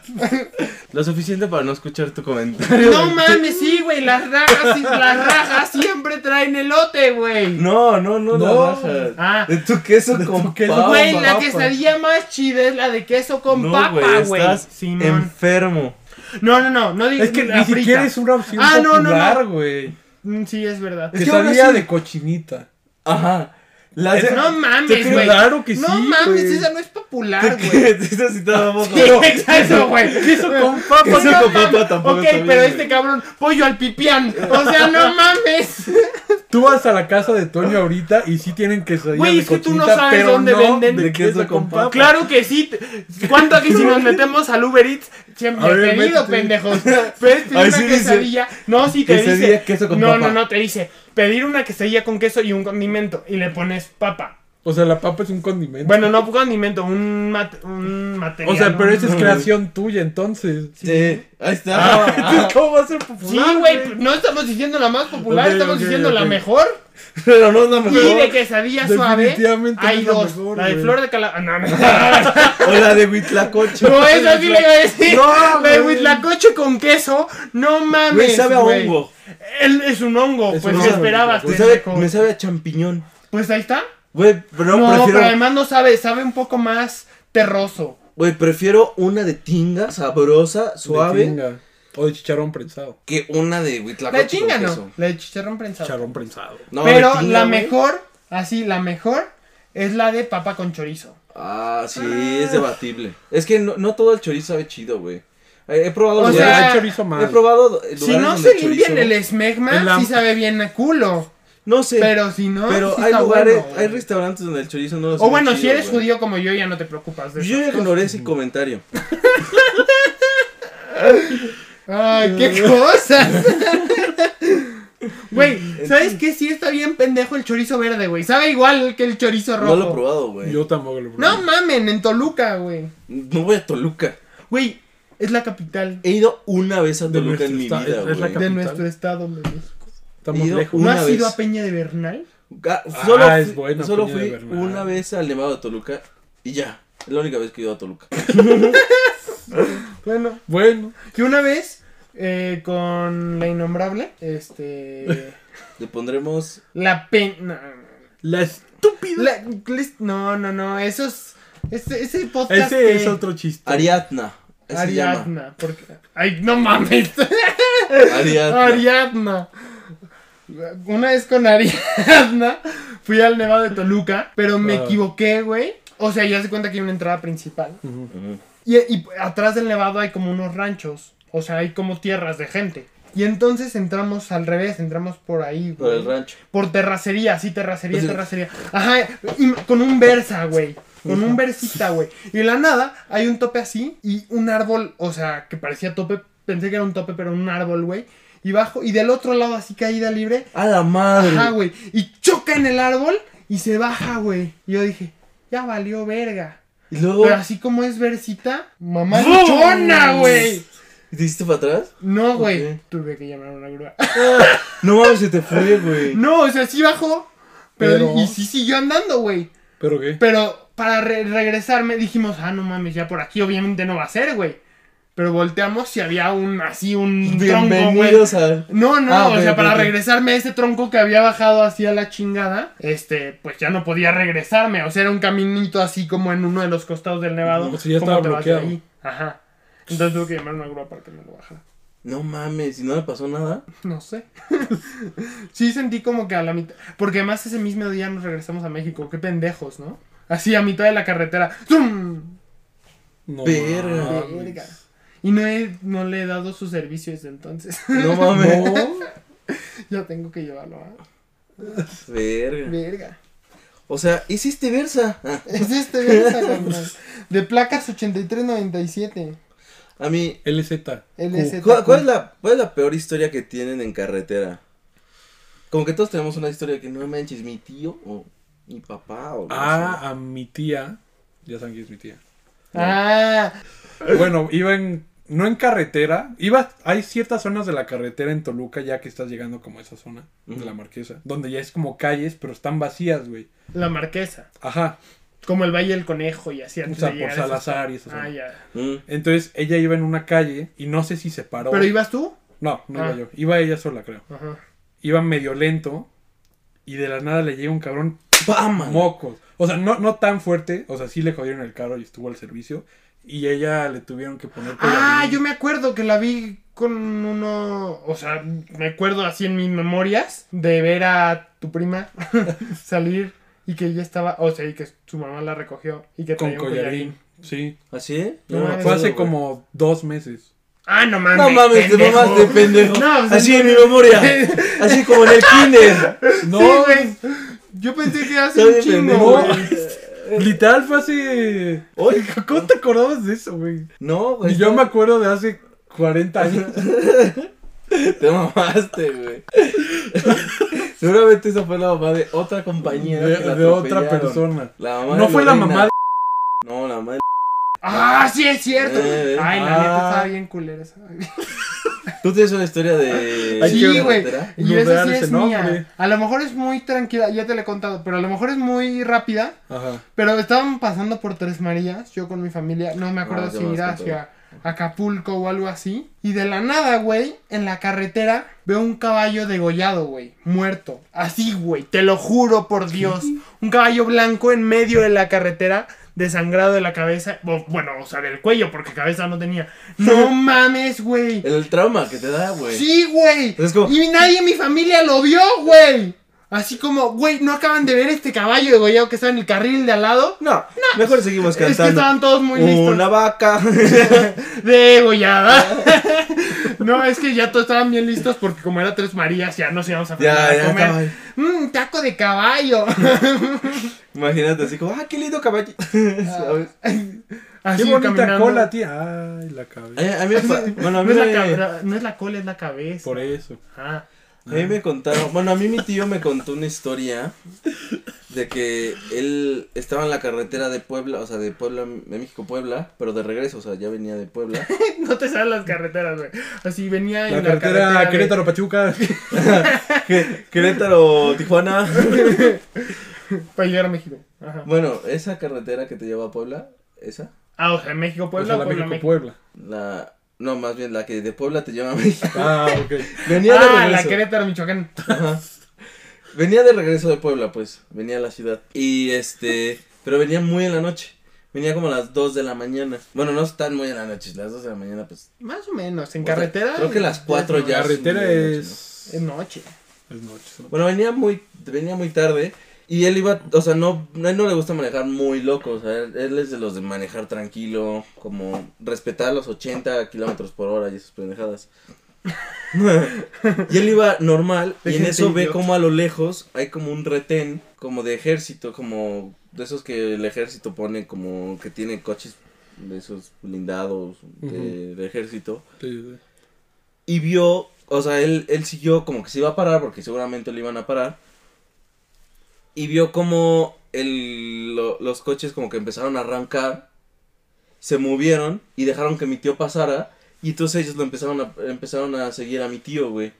Lo suficiente para no escuchar tu comentario.
No
güey.
mames, sí, güey. Las rajas, sí, las rajas siempre traen elote, güey.
No, no, no,
No.
no. rajas.
Ah.
De tu queso con
queso
papa.
Güey, la
papa.
quesadilla más chida es la de queso con
No,
papa, güey.
Estás
Simón.
enfermo.
No, no, no, no digas
Es que
la
ni
frita.
siquiera es una opción
Ah, no, no, no.
popular, güey.
Mm, Sí, es verdad.
Es que ahora
Quesadilla
sí.
de cochinita.
Ajá. La
Es-
No
Te
mames,
creo,
güey.
claro que
no
sí,
mames,
güey.
esa no es popular, güey.
Estás citado vos.
Sí, exacto, güey. Queso
con papa.
Queso con papa tampoco
Ok,
está bien,
pero
güey.
este cabrón, pollo al pipián. O sea, no mames.
Tú vas a la casa de Toño ahorita y sí tienen quesadilla
Güey,
de
es que tú
cochinita,
no sabes
pero
dónde
no
venden
de queso con papa.
Pues Claro que sí. ¿Cuánto que si nos metemos al Uber Eats? Siempre
A ver,
he pedido,
métete.
pendejos. Puedes pedir
Ahí
una
sí dice,
quesadilla. No, sí te
quesadilla,
dice.
queso con
no,
papa.
no, no, te dice. Pedir una quesadilla con queso y un condimento. Y le pones papa.
O sea, la papa es un condimento.
Bueno, no condimento, un, mat- un material.
o sea, pero esa es
¿no?
creación tuya, entonces.
Sí, ahí está.
Ah, ¿Cómo va a ser popular?
Sí, güey, pues. no estamos diciendo la más popular,
Ok,
estamos
ok,
diciendo la
ok.
mejor.
Pero no es la
Y de
mejor.
quesadilla suave
Definitivamente
hay
es la
dos.
mejor,
la de
güey.
flor de calabaza. No, no.
O la de Huitlacocho.
No, esa sí le iba a decir.
Ah,
No,
La de
güey.
huitlacoche con queso. No mames.
Güey, sabe a
güey.
hongo.
Él es un hongo,
Es
pues
un
¿qué
hongo,
esperabas,
Me sabe,
pendejo?
me sabe a champiñón.
Pues ahí está.
Güey, pero
No,
no,
pero
prefiero.
además no sabe, sabe un poco más terroso.
Güey, prefiero una de tinga, sabrosa,
De
suave,
tinga. O de chicharrón prensado.
que una de
La de
Huitlacocho.
chinga
con
no,
queso.
la de chicharrón prensado.
Chicharrón prensado.
No, de
pero
tinga,
la
güey.
mejor, así, la mejor es la de papa con chorizo.
Ah, sí, es debatible. Es que no, no todo el chorizo sabe chido, güey. Eh, He probado
O
O
lugares-
sea,
sea, chorizo mal.
he probado lugares
Si no
donde
se
el chorizo-
limpian el esmegma,
en la-
sí sabe bien a culo.
No sé.
Pero si no,
Pero
sí
hay
está
lugares,
bueno.
hay restaurantes donde el chorizo no lo
O
sabe
bueno,
chido,
si eres
güey.
judío como yo, ya no te preocupas de
Yo
eso.
ya ignoré ese comentario.
Ay, qué cosas. Güey, ¿sabes qué? Sí está bien pendejo el chorizo verde, güey. Sabe igual que el chorizo rojo.
No lo he probado, güey.
Yo tampoco lo probé.
No mamen, en Toluca, güey.
No voy a Toluca.
Güey, es la capital
He ido una vez a
De
Toluca en mi
nuestro
vida,
estado, es
güey.
la
de
¿Capital?
nuestro estado, de México.
Estamos
Ido-
lejos.
¿No
Una
has
vez.
ido a Peña de Bernal?
Ga- Solo,
Ah, es
fui-
buena,
solo
Peña de
fui
Bernal.
una vez al Nevado de Toluca y ya. Es la única vez que he ido a Toluca.
Bueno,
Bueno,
que una vez eh, con la innombrable, este.
Le pondremos.
la pena.
la estúpida.
La- no, no, no, esos. Ese, ese podcast.
Ese es
que-
otro chiste.
Ariadna. Así se llama.
Ariadna, porque... Ay, no mames.
Ariadna.
Ariadna. Una vez con Ariadna fui al Nevado de Toluca, pero me
Ah.
equivoqué, güey. O sea, ya se cuenta que hay una entrada principal.
Ujú.
Ujú.
Y, y atrás del nevado hay como unos ranchos. O sea, hay como tierras de gente. Y entonces entramos al revés, entramos por ahí,
Por
güey.
el rancho.
Por terracería, sí, terracería,
Pues Sí.
terracería. Ajá, y con un versa, güey. Con un versita, güey. Y de la nada hay un tope así y un árbol, o sea, que parecía tope, pensé que era un tope, pero un árbol, güey. Y bajo, y del otro lado así caída libre.
A la madre.
Ajá, güey. Y choca en el árbol y se baja, güey. Y yo dije, ya valió verga.
Y luego.
Pero así como es versita, mamá
¡Bum!
luchona, güey.
¿Y ¿Te hiciste para atrás?
No, güey.
Ok.
Tuve que llamar a una grúa.
No mames, se te fue, güey.
No, o sea, sí bajó. Pero,
Pero-
y sí siguió andando, güey.
¿Pero qué?
Pero para re- regresarme dijimos, ah, no mames, ya por aquí obviamente no va a ser, güey. Pero volteamos y había un, así, un tronco, güey.
Bienvenidos a.
No, no,
Ah,
o
ok,
sea,
ok,
para
ok.
regresarme a ese tronco que había bajado así a la chingada, este, pues ya no podía regresarme. O sea, era un caminito así como en uno de los costados del nevado.
pues
O sea, ya
¿Cómo
estaba
te vas de
bloqueado.
ahí? Ajá. Entonces tuve que llamar a una grúa para que me lo bajara.
No mames, y no le pasó nada.
No sé. sí sentí como que a la mitad. Porque además ese mismo día nos regresamos a México. Qué pendejos, ¿no? Así a mitad de la carretera. ¡zum!
No.
Verga.
mames.
Verga. Y no, he- no le he dado su servicio desde entonces.
No mames.
No.
ya tengo que llevarlo, ¿ah?
Verga.
Verga.
O sea, hiciste versa. Ah,
Es este verga, cabrón. De placas 8397.
A mí.
LZ.
LZ.
¿Cuál, cuál es la, ¿Cuál es la peor historia que tienen en carretera? Como que todos tenemos una historia que no manches, mi tío o mi papá o. no sé.
Ah, a mi tía. Ya saben que es mi tía.
Ah,
Bueno, iba en. No en carretera. Iba. Hay ciertas zonas de la carretera en Toluca, ya que estás llegando como a esa zona de la
Ujú.
marquesa. Donde ya es como calles, pero están vacías, güey.
la marquesa.
Ajá.
Como el Valle del Conejo y así
O
antes
sea,
de
por
llegar a esas-
Salazar y esas
Ah,
zonas.
ya.
Mm.
Entonces ella iba en una calle y no sé si se paró.
¿Pero ibas tú?
No, no
Ah.
iba yo. Iba ella sola, creo.
Ajá.
Iba medio lento y de la nada le llega un cabrón
Ah,
¡Pam!
mocos. O sea, no, no tan fuerte. O sea, sí le jodieron el carro y estuvo al servicio. Y ella le tuvieron que poner.
Ah,
collarín.
yo me acuerdo que la vi con uno, o sea, me acuerdo así en mis memorias de ver a tu prima salir y que ella estaba, o sea, y que su mamá la recogió y que
Con
traía un
collarín. Sí.
¿Así?
No,
me
fue
Fue
acuerdo,
hace
Ah, güey.
como dos meses.
Ah, no mames.
No mames, te
pendejo.
mamaste, pendejo.
No, pues,
Así en mi
entonces-
memoria. Así como en el kinder.
No,
Sí, güey. Yo pensé que hace un
Está bien,
chingo.
pendejo.
güey.
literal fue hace.
Oye,
¿Cómo te acordabas de eso, güey?
No,
Y
güey.
yo me acuerdo de hace 40 años.
Te mamaste, güey. Seguramente esa fue la mamá de otra
De,
compañera. que la
de otra
atropellaron.
persona.
La mamá
No
de
fue la
Lorena.
mamá de.
No, la mamá de...
Ah, sí es cierto.
Eh,
Ay, la
ah.
neta estaba bien culera esa.
¿Tú tienes una historia de...
Hay que-
Sí, güey.
carretera?
Y esa
Mudar
sí
ese
es
nombre.
mía. A lo mejor es muy tranquila, ya te la he contado, pero a lo mejor es muy rápida.
Ajá.
Pero estaban pasando por Tres Marías, yo con mi familia, no me acuerdo
Ah, ya
si
me
ir
has contado.
hacia Acapulco o algo así. Y de la nada, güey, en la carretera veo un caballo degollado, güey, muerto. Así, güey, te lo juro por Dios. Un caballo blanco en medio de la carretera, desangrado de la cabeza. o- Bueno, o sea, del cuello, porque cabeza no tenía. No mames, güey.
El trauma que te da, güey.
Sí, güey.
Es como-
Y nadie en mi familia lo vio, güey. Así como, güey, no acaban de ver este caballo degollado que está en el carril de al lado.
No, mejor seguimos
Es que
cantando.
estaban todos muy listos.
Una vaca.
Degollada. no, es que ya todos estaban bien listos porque como era tres Marías, ya nos íbamos a fregar
ya,
a
ya
comer.
estaba.
Mm, taco de caballo.
Imagínate así como, ah, qué lindo caballo.
Ah.
¿Sabes?
Así
Qué bonita
Ah, caminando.
cola, tía. Ay, la cabeza.
A, a mí, me pa- bueno, a
No
mí
es, la
me-
cabra- no es la cola, es la cabeza.
Por eso.
Ah.
A mí me contaron, bueno, a mí mi tío me contó una historia de que él estaba en la carretera de Puebla, o sea, de Puebla, de México a Puebla, pero de regreso, o sea, ya venía de Puebla.
No te salen las carreteras, güey. Así venía
La
en la
carretera,
carretera. de-
Querétaro Pachuca.
Que- Querétaro, Tijuana.
Para llegar a México. Ajá.
Bueno, esa carretera que te lleva a Puebla, esa,
Ah, o sea, México,
Pues
Puebla,
o sea, la
Puebla,
México,
México.
Puebla.
la, no, más bien la que de Puebla te lleva a México.
Ah, ok.
Venía de
ah, la
regreso.
Querétaro, Michoacán.
Ajá. Venía de regreso de Puebla, pues. Venía a la ciudad. Y este. Pero venía muy en la noche. Venía como a las 2 de la mañana. Bueno, no tan muy en la noche. Las 2 de la mañana, pues.
Más o menos, en
o sea,
carretera.
creo que las cuatro
es
ya.
noche.
Carretera
es muy de
es.
Es noche.
Es noche.
Bueno, venía muy, venía muy tarde. Y él iba, o sea, no, a él no le gusta manejar muy loco, o sea, él, él es de los de manejar tranquilo, como respetar los 80 kilómetros por hora y esas pendejadas. y él iba normal y en
Déjense
eso ve
idiota.
como a lo lejos hay como un retén como de ejército, como de esos que el ejército pone como que tiene coches de esos blindados de,
Ujú.
de ejército
Sí, sí.
y vio, o sea, él, él siguió como que se iba a parar porque seguramente lo iban a parar y vio como el, lo- los coches como que empezaron a arrancar, se movieron y dejaron que mi tío pasara y entonces ellos lo empezaron a, empezaron a seguir a mi tío, güey.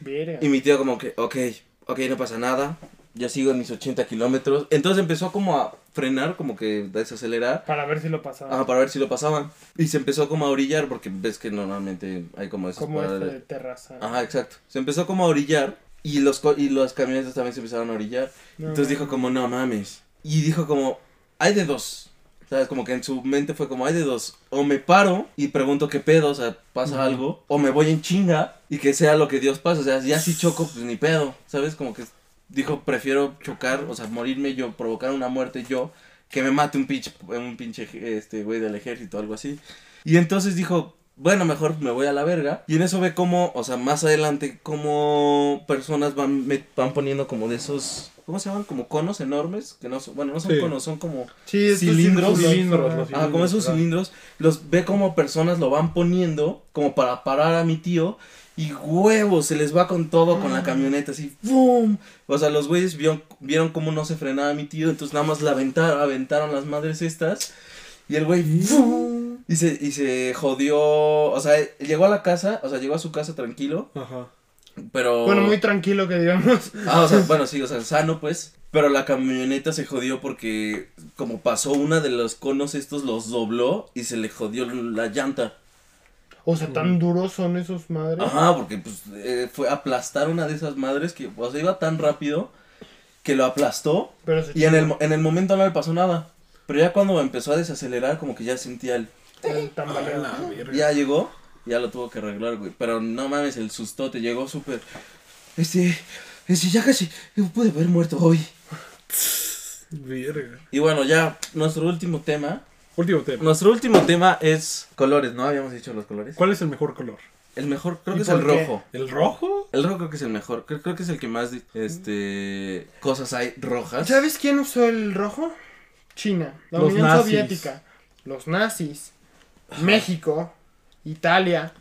Verga.
Y mi tío como que, ok, ok, no pasa nada, yo sigo en mis 80 kilómetros. Entonces empezó como a frenar, como que desacelerar,
Para ver si lo pasaba.
ah, para ver si lo pasaban. Y se empezó como a orillar, porque ves que normalmente hay como esas
como este
paradas.
de terraza.
Ajá, exacto. Se empezó como a orillar y los, co- y los camionetas también se empezaron a orillar.
No
Entonces dijo
mames.
como, no mames. Y dijo como, hay de dos. ¿Sabes? Como que en su mente fue como, hay de dos. O me paro y pregunto qué pedo, o sea, pasa
Ujú.
algo. O me voy en chinga y que sea lo que Dios pase. O sea, ya si choco, pues ni pedo. ¿Sabes? Como que dijo, prefiero chocar, o sea, morirme yo, provocar una muerte yo, que me mate un pinche, un pinche este, güey del ejército o algo así. Y entonces dijo, bueno, mejor me voy a la verga. Y en eso ve cómo, o sea, más adelante, cómo personas van, me- van poniendo como de esos, ¿cómo se llaman? Como conos enormes, que no son, bueno, no son
Sí.
conos, son como,
Sí, estos
Cilindros.
Cilindros,
ajá.
los
ah, como esos
ah.
cilindros, los ve como personas lo van poniendo, como para parar a mi tío. Y huevos, se les va con todo con la camioneta, así, ¡boom! O sea, los güeyes vieron, vieron cómo no se frenaba mi tío, entonces nada más la aventaron, aventaron las madres estas. Y el güey, ¡fum! Y se, y se jodió. O sea, llegó a la casa, o sea, llegó a su casa tranquilo,
Ajá.
pero.
Bueno, muy tranquilo que digamos.
Ah, o sea, bueno, sí, o sea, sano, pues. Pero la camioneta se jodió porque, como pasó una de los conos estos, los dobló y se le jodió la llanta.
O sea, tan duros son esos madres.
Ajá, porque pues eh, fue aplastar una de esas madres que, o sea, iba tan rápido que lo aplastó
Pero se
y en el, mo- en el momento no le pasó nada. Pero ya cuando empezó a desacelerar, como que ya sentía el.
el tambaleo.
Ah, la verga.
Ya llegó, ya lo tuvo que arreglar, güey. Pero no mames, el sustote llegó súper. Este. Este, ya casi. Yo pude haber muerto hoy.
Verga.
Y bueno, ya, nuestro último tema.
Último tema.
Nuestro último tema es colores, ¿no? Habíamos dicho los colores.
¿Cuál es el mejor color?
El mejor, creo
¿Y
que es
por
el
qué?
rojo.
¿El rojo?
El rojo creo que es el mejor. Creo, creo que es el que más este cosas hay rojas.
¿Sabes quién usó el rojo? China, la
Los
Unión
nazis.
Soviética, los nazis, México, Italia,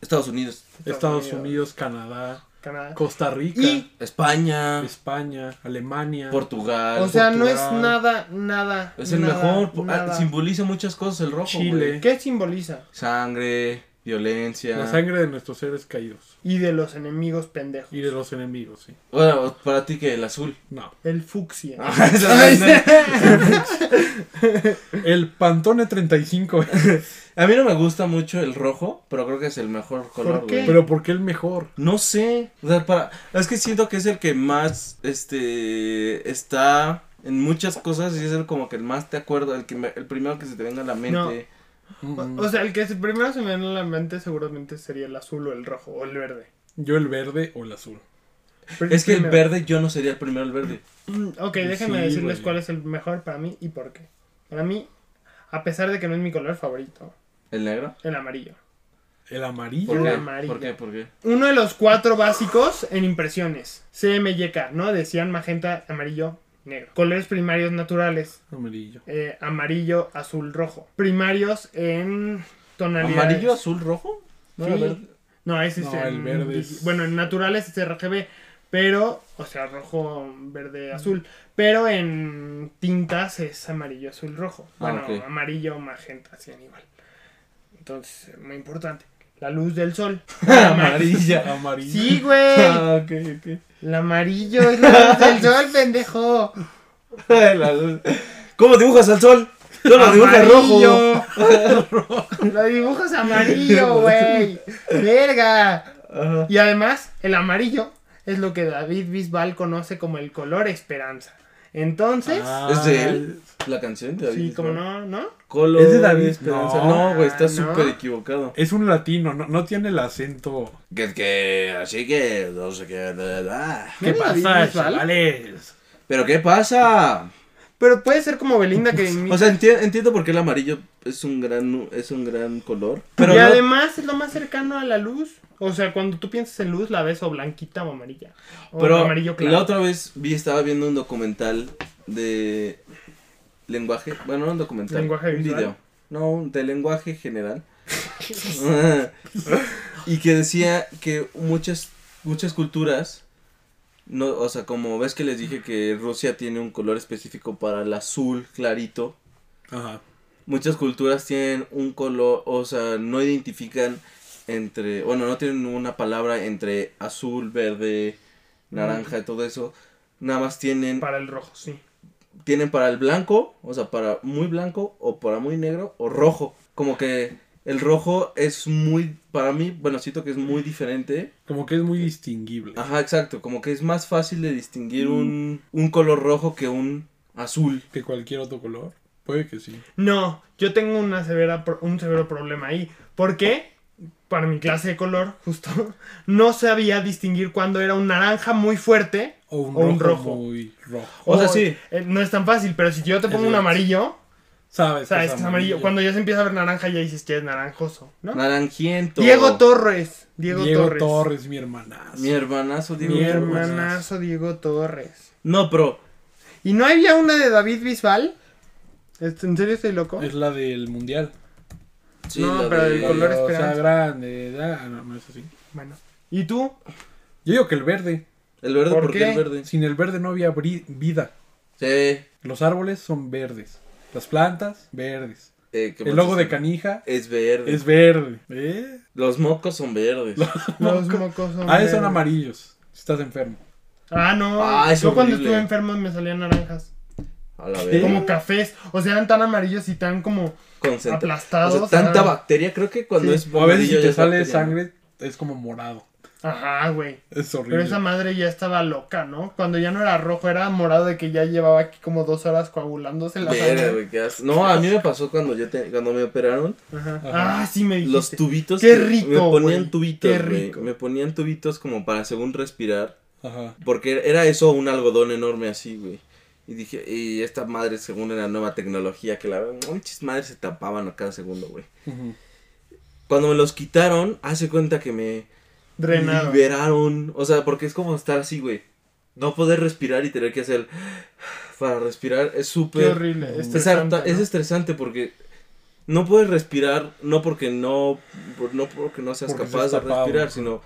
Estados Unidos,
Estados Unidos, Canadá,
Canadá.
Costa Rica,
Ah. Y-
España,
España, Alemania.
Portugal.
O sea, no es
Portugal.
nada, nada.
es el
nada,
mejor. po- ah,
nada.
simboliza muchas cosas el rojo.
Chile.
güey.
¿Qué simboliza?
Sangre, violencia.
La sangre de nuestros seres caídos.
Y de los enemigos pendejos.
Y de los enemigos, sí.
Bueno, para ti que el azul.
No.
El fucsia.
Eso no es-
El Pantone 35.
A mí no me gusta mucho el rojo, pero creo que es el mejor color.
qué?
güey.
Pero ¿por qué el mejor?
No sé, o sea, para, es que siento que es el que más, este, está en muchas cosas y es el como que el más te acuerdas, el que me- el primero que se te venga a la mente.
Mm,
O sea, el que se- primero se me viene a la mente seguramente sería el azul o el rojo o el verde.
Yo el verde o el azul.
Pero
Es que el
primero-
verde, yo no sería el primero el verde.
Mm, Ok, déjenme
Sí,
decirles
güey.
cuál es el mejor para mí y por qué. Para mí, a pesar de que no es mi color favorito,
¿El negro?
el amarillo.
El amarillo.
¿Por
El
qué?
amarillo.
¿Por qué? ¿Por qué?
Uno de los cuatro básicos en impresiones. CMYK, ¿no? Decían magenta, amarillo, negro. Colores primarios naturales.
Amarillo.
eh, amarillo, azul, rojo. Primarios en tonalidades.
¿Amarillo, azul, rojo?
Sí.
era verde?
No, ese es
No, el
en-
verde es-
Bueno, en naturales es RGB, pero, o sea, rojo, verde, azul. Pero en tintas es amarillo, azul, rojo.
Ah,
Bueno,
ok.
amarillo, magenta, así en igual. Entonces, eh, muy importante. La luz del sol.
Amarilla.
Amarillo.
Sí, güey.
Ah, ok, ok.
El amarillo es la luz del sol, pendejo.
La luz. ¿Cómo dibujas al sol? Yo lo dibujo rojo.
Amarillo. Lo dibujas amarillo, güey. Verga.
Ajá.
Y además, el amarillo es lo que David Bisbal conoce como el color esperanza. Entonces,
Ah,
¿Es de él? ¿La canción de David?
sí, como
Bisbal?
no, ¿no?
Color
¿Es de David?
Esperanza.
No.
No, güey, está
Ah, no.
súper equivocado.
Es un latino, no, no tiene el acento.
Que, que, así que, no sé qué. da, da, da.
¿No era David Bisbal?
chavales?
Pero ¿qué pasa?
Pero puede ser como Belinda que imita.
O sea, enti- entiendo por qué el amarillo es un gran, es un gran color. Pero
y
no-
además es lo más cercano a la luz. O sea, cuando tú piensas en luz, la ves o blanquita o amarilla. O
Pero
amarillo claro.
la otra vez vi, estaba viendo un documental de lenguaje, bueno, no un documental,
¿Lenguaje
un
visual?
video, no, un- de lenguaje general. y que decía que muchas muchas culturas no, o sea, como ves que les dije que Rusia tiene un color específico para el azul clarito,
Ajá.
muchas culturas tienen un color, o sea, no identifican entre, bueno, no tienen una palabra entre azul, verde,
Mm.
naranja y todo eso. Nada más tienen,
Para el rojo, sí.
tienen para el blanco, o sea, para muy blanco o para muy negro o rojo. Como que el rojo es muy, para mí, bueno, siento que es muy diferente.
Como que es muy distinguible.
Ajá, exacto, como que es más fácil de
Mm.
distinguir un, un color rojo que un azul.
Que cualquier otro color. Puede que sí.
No, yo tengo una severa, pro- un severo problema ahí. Porque para mi clase de color, justo, no sabía distinguir cuando era un naranja muy fuerte.
O un,
O un
rojo,
rojo.
muy rojo.
O sea, sí.
eh, no es tan fácil, pero si yo te
Es
pongo un
verdad.
amarillo,
Sabes.
o sea, es que es amarillo. Cuando ya se empieza a ver naranja, ya dices que es naranjoso, ¿no?
Naranjiento.
Diego Torres. Diego,
Diego,
Torres.
Torres. mi hermana.
Mi hermanazo, Diego.
Mi
Torres.
hermanazo Diego Torres.
No, pero
¿Y no había una de David Bisbal? ¿Est- ¿En serio estoy loco?
Es la del mundial.
Sí,
No,
la
pero el
de-
color
Pero, o sea,
esperanza.
grande. da- ah, no, no es así.
Bueno. ¿Y tú?
Yo digo que el verde.
¿El verde?
¿Por
¿Por,
qué?
qué el verde? eh,
Sin el verde no había bri- vida.
Sí.
Los árboles son verdes. Las plantas, verdes.
eh, ¿qué
El logo
más
de
es?
canija
Es verde.
es verde. ¿Eh?
Los mocos son verdes.
Los mocos son
Ah, esos son
verdes.
amarillos. Si estás enfermo.
Ah, no.
Ah, es
Yo cuando
horrible.
estuve enfermo me salían naranjas.
A la
¿Qué?
vez.
Como cafés. O sea, eran tan amarillos y tan como aplastados.
O sea, tanta
ah.
bacteria. Creo que cuando
Sí.
es
O a veces
amarillo
si
ya
te
es
sale
bacteria, ¿no?
sangre, es como morado.
Ajá, güey.
Es horrible.
Pero esa madre ya estaba loca, ¿no? Cuando ya no era rojo, era morado de que ya llevaba aquí como dos horas coagulándose la
Verga,
sangre.
güey, qué asco. No, a mí me pasó cuando yo te- cuando me operaron
Ajá.
Ajá.
Ah, sí me dijiste.
los tubitos
Qué
que
rico,
me ponían
güey,
tubitos,
qué
güey,
rico.
me ponían tubitos como para según respirar,
Ajá.
porque era eso un algodón enorme así, güey. Y dije, y esta madre según era nueva tecnología que la muchas madres se tapaban a cada segundo, güey.
Ujú.
Cuando me los quitaron, hace cuenta que me
Drenado.
liberaron. O sea, porque es como estar así, güey. No poder respirar y tener que hacer para respirar es
Qué
súper.
horrible.
Es,
estresante,
harta- es
¿no?
estresante porque no puedes respirar, no porque no, por- no porque no seas
Porque
capaz
seas
de
tapado.
respirar, sino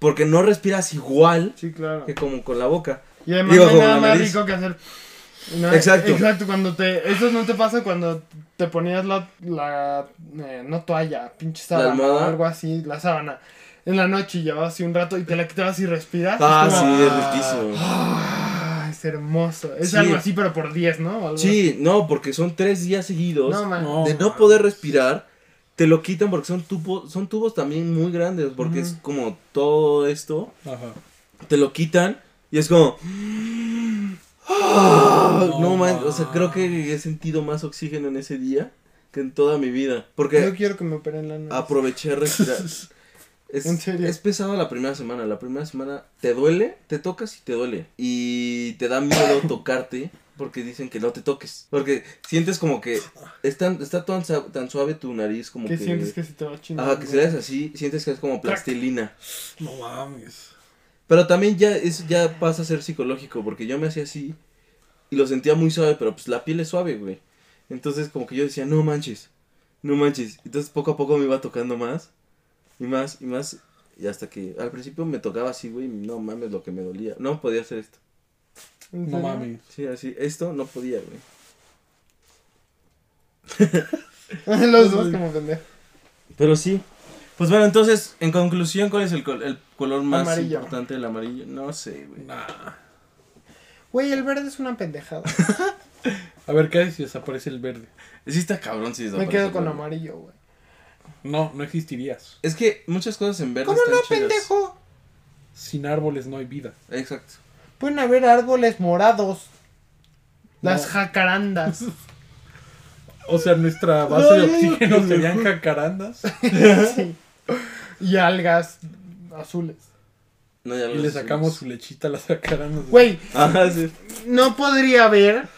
porque no respiras igual
Sí, claro.
que como con la boca.
Y además
Digo,
no hay
como
nada
la
más
nariz.
rico que hacer. No,
Exacto.
Exacto, cuando te. Eso no te pasa cuando te ponías la. la eh, no toalla, pinche sábana.
almohada?
o algo así, la sábana. En la noche y llevabas así un rato y te la quitabas y respiras.
Ah,
es como,
sí,
ah.
es riquísimo.
"Ah, es hermoso. Es
Sí.
algo así, pero por 10, ¿no? O algo
Sí, no, porque son tres días
así.
seguidos.
No, man.
Oh, No.
de no
mames.
poder respirar, te lo quitan porque son tubos, son tubos también muy grandes, porque es
Ujú.
como todo esto,
Ajá.
te lo quitan y es como... Ah,
No
no, man, o sea, creo que he sentido más oxígeno en ese día que en toda mi vida, porque
Yo quiero que me operen la nariz.
aproveché a respirar. Es,
¿En serio?
es pesado la primera semana, la primera semana te duele, te tocas y te duele. Y te da miedo tocarte porque dicen que no te toques. Porque sientes como que es tan- está tan, sa- tan suave tu nariz como
¿Qué
que...
sientes que se te va chingando?
Ajá, que si le das así, sientes que es como plastilina.
No mames.
Pero también ya, es, ya pasa a ser psicológico, porque yo me hacía así y lo sentía muy suave, pero pues la piel es suave, güey. Entonces como que yo decía, no manches, no manches. Entonces poco a poco me iba tocando más y más y más. Y hasta que al principio me tocaba así, güey, no mames lo que me dolía. No podía hacer esto.
¿En
No
serio?
mames.
Sí, así, esto no podía, güey.
Los dos como pendejo.
Pero sí. Pues bueno, entonces, en conclusión, ¿cuál es el, col- el color más
Amarillo.
importante del amarillo? No sé, güey.
Nah.
Güey, el verde es una pendejada.
A ver, ¿qué hay si desaparece el verde?
Sí está cabrón si
me quedo con
amarillo.
amarillo, güey.
No, no existirías.
Es que muchas cosas en verde
¿Cómo
están
no,
chidas.
pendejo?
Sin árboles no hay vida.
Exacto.
Pueden haber árboles morados. Las
No.
jacarandas.
O sea, nuestra base de
No, no, no.
oxígeno serían jacarandas.
Sí. Y algas azules.
No, ya lo
Y le
hicimos.
sacamos su lechita a las jacarandas.
Güey,
Ajá, sí.
no podría haber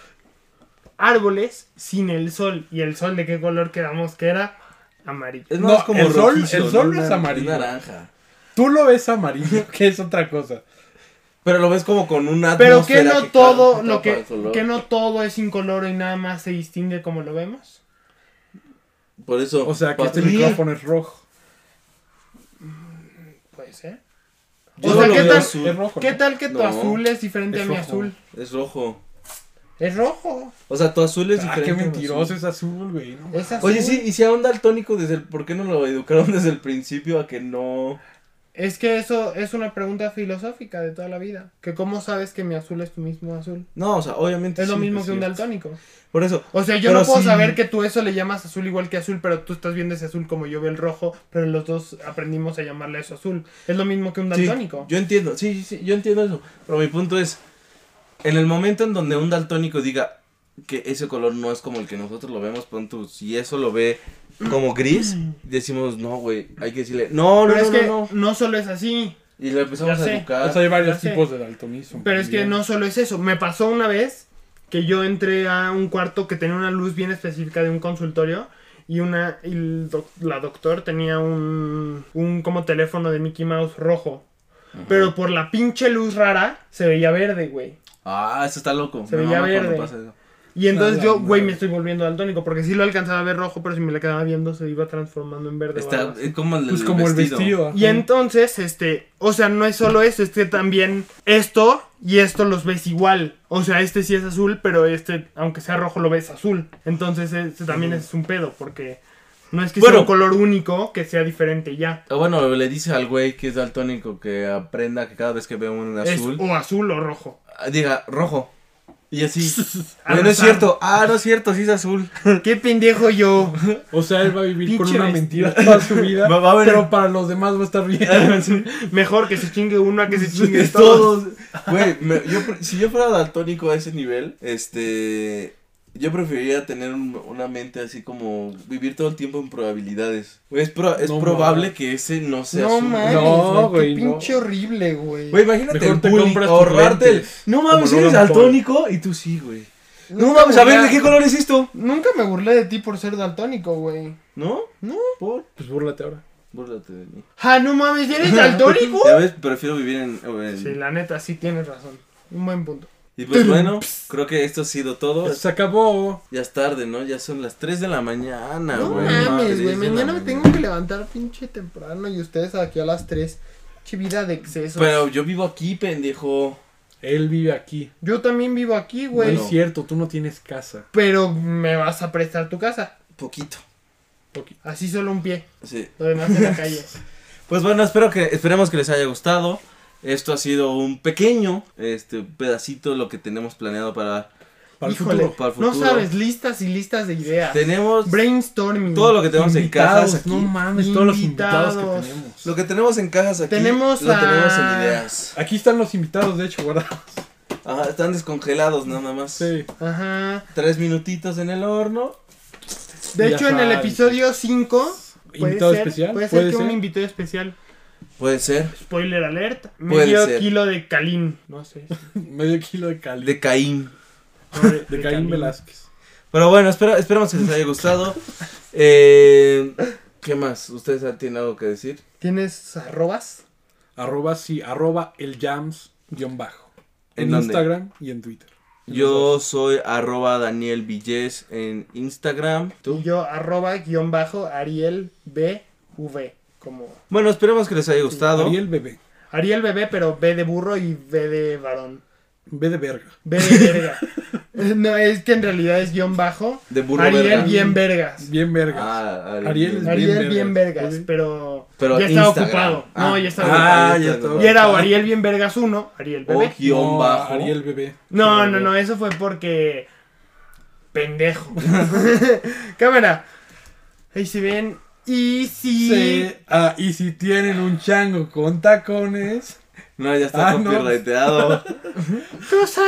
árboles sin el sol. ¿Y el sol de qué color quedamos que era? Amarillo.
Es
No,
más como
el sol-
rojizo,
el sol
¿no?
no es
Nar-
amarillo.
naranja.
Tú lo ves amarillo, que es otra cosa.
Pero lo ves como con una
Pero que
atmósfera
no
que
todo
capa-
lo
tapa
que,
el color.
que no todo es incoloro y nada más se distingue como lo vemos.
Por eso.
O sea, que
pa-
este
Sí.
micrófono es rojo.
Puede ser.
Yo
o sea,
lo
¿qué
veo
tal-
azul.
Es rojo.
¿Qué
¿no?
tal que tu
No.
azul es diferente
Es
a mi
rojo.
azul?
Es rojo.
Es rojo.
O sea, tu azul es
Ah,
diferente.
qué
al azul.
mentiroso, es azul, güey. no
Es azul.
Oye, sí, y si a un daltónico desde el. ¿Por qué no lo educaron desde el principio a que no.
Es que eso es una pregunta filosófica de toda la vida. Que cómo sabes que mi azul es tu mismo azul.
No, o sea, obviamente.
Es lo
sí,
mismo
pues,
que un
sí.
daltónico.
Por eso.
O sea, yo
Pero
no puedo
sí.
saber que tú eso le llamas azul igual que azul, pero tú estás viendo ese azul como yo veo el rojo, pero los dos aprendimos a llamarle eso azul. Es lo mismo que un
Sí,
daltónico.
yo entiendo, sí, sí, sí, yo entiendo eso. Pero mi punto es, en el momento en donde un daltónico diga que ese color no es como el que nosotros lo vemos, pon tú, si eso lo ve como gris, decimos, no, güey, hay que decirle, no, no,
Pero
no,
es que
no,
no. solo es así.
Y lo empezamos
Ya
a
sé,
educar.
O sea, hay varios
ya Ah, sé.
tipos de daltonismo.
Pero es que
también.
no solo es eso. Me pasó una vez que yo entré a un cuarto que tenía una luz bien específica de un consultorio y una y el doc- la doctor tenía un, un como teléfono de Mickey Mouse rojo. Pero por la pinche luz rara se veía verde, güey.
ah, eso está loco.
Se
me
veía
mama cuando
verde.
pasa eso.
Y entonces
Nada,
yo, güey,
Ah, madre.
me estoy volviendo daltónico porque sí lo alcanzaba a ver rojo, pero si me le quedaba viendo se iba transformando en verde. o algo
Está,
así.
es como el,
Pues
el
como
vestido.
el vestido.
Y
ajá.
entonces, este, o sea, no es solo eso, es que también esto y esto los ves igual. O sea, este sí es azul, pero este, aunque sea rojo, lo ves azul. Entonces, este también es un pedo, porque no es que
Bueno.
sea un color único que sea diferente y ya.
Ah, Bueno, le dice al güey que es daltónico que aprenda que cada vez que ve un
Es
azul,
o azul o rojo.
ah, diga rojo. Y así.
Al
Güey, no es
azar.
cierto. Ah, no es cierto, sí es azul.
¡Qué pendejo yo!
O sea, él va a vivir con
Pinche
una
vestido.
mentira toda su vida.
Va- va a haber-
Pero para los demás va a estar bien.
Mejor que se chingue uno a que se chingue todos.
todos. Güey, me- yo pre- si yo fuera daltónico a ese nivel, este. Yo preferiría tener un- una mente así como vivir todo el tiempo en probabilidades. Güey, es, proba- es
No
probable
mames.
que ese no sea
no
azul.
mames,
No,
güey,
güey,
qué
no.
pinche horrible, güey.
Güey, imagínate
Mejor
el
te
bullying,
compras tus
ahorrarte el-
lentes,
No
como
mames,
Logan
eres
Paul.
daltónico y tú sí, güey. No
Nunca
mames, a
me
ver, ¿de
burlé-
qué color es esto?
Nunca me burlé de ti por ser daltónico, güey.
¿No?
No.
¿Por?
Pues búrlate ahora.
Búrlate de mí.
¡Ah, no mames! ¿Eres daltónico?
Ya ves, prefiero vivir en. en-
Sí, la neta, sí tienes razón. Un buen punto.
Y pues bueno, creo que esto ha sido todo.
Se acabó.
Ya es tarde, ¿no? Ya son las 3 de la mañana,
No
Ah, güey.
mames,
Tres
güey.
de la
Mañana me
mañana.
tengo que levantar pinche temprano y ustedes aquí a las 3. Che vida de exceso.
Pero yo vivo aquí, pendejo.
Él vive aquí.
Yo también vivo aquí, güey.
No es cierto, tú no tienes casa.
Pero me vas a prestar tu casa.
Poquito.
Poqui-
Así solo un pie.
Sí.
Lo demás en la calle.
Pues bueno, espero que, esperemos que les haya gustado. Esto ha sido un pequeño este, pedacito de lo que tenemos planeado para.
Para el
Híjole,
futuro.
para el
No
futuro.
sabes, listas y listas de ideas.
Tenemos
Brainstorming.
todo lo que tenemos en cajas
Invitados,
aquí.
no mames, todos los invitados
Invitados.
que tenemos.
Lo que tenemos en cajas aquí.
Tenemos
lo
a-
tenemos en ideas.
Aquí están los invitados, de hecho, guardados.
Ajá, están descongelados nada más.
Sí.
Ajá.
Tres minutitos en el horno.
De
Ya
hecho, en el
sabes.
episodio 5.
Invitado especial.
Puede ser
puede
que un
ser.
invitado especial.
Puede ser.
Spoiler alert.
Puede
Medio
ser.
kilo de calín. No sé.
Medio kilo de cali.
De Caín.
no, de,
de Caín
de calín.
Velázquez.
Pero bueno, espera, esperamos que les haya gustado. Eh, ¿Qué más? ¿Ustedes tienen algo que decir?
¿Tienes arrobas?
Arroba sí, arroba el jams guión bajo.
¿En
En,
dónde?
Instagram y en Twitter.
Yo soy arroba Daniel Villés en Instagram.
Y yo arroba guión bajo Ariel BV. Como
Bueno, esperemos que les haya gustado.
Ariel Bebé.
Ariel bebé, pero B de burro y B de varón.
B de verga.
B de verga. Eh, no, es que en realidad es guión bajo.
De burro
Ariel
verga.
bien vergas.
Bien verga.
Ah,
Ariel
Ariel.
es
Bien.
Ariel
vergas.
bien vergas,
Ok.
pero,
Pero
ya estaba
Instagram.
ocupado. No, ya estaba ocupado.
Ah,
ocupado.
ya estaba
Ah,
Y era o
ocupado.
Ariel bien vergas 1, Ariel bebé.
O guión
No,
bajo.
Ariel Bebé.
No, no, no, eso fue porque. Pendejo. Cámara. Ahí se ven. Y si.
Sí. Ah, y si tienen un chango con tacones.
No, ya está
Ah, no.
copyrighteado.
Cosa-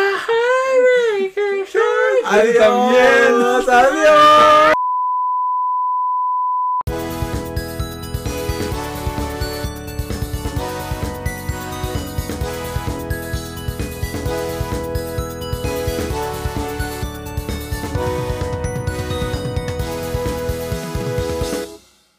Adiós.
Adiós.
Adiós.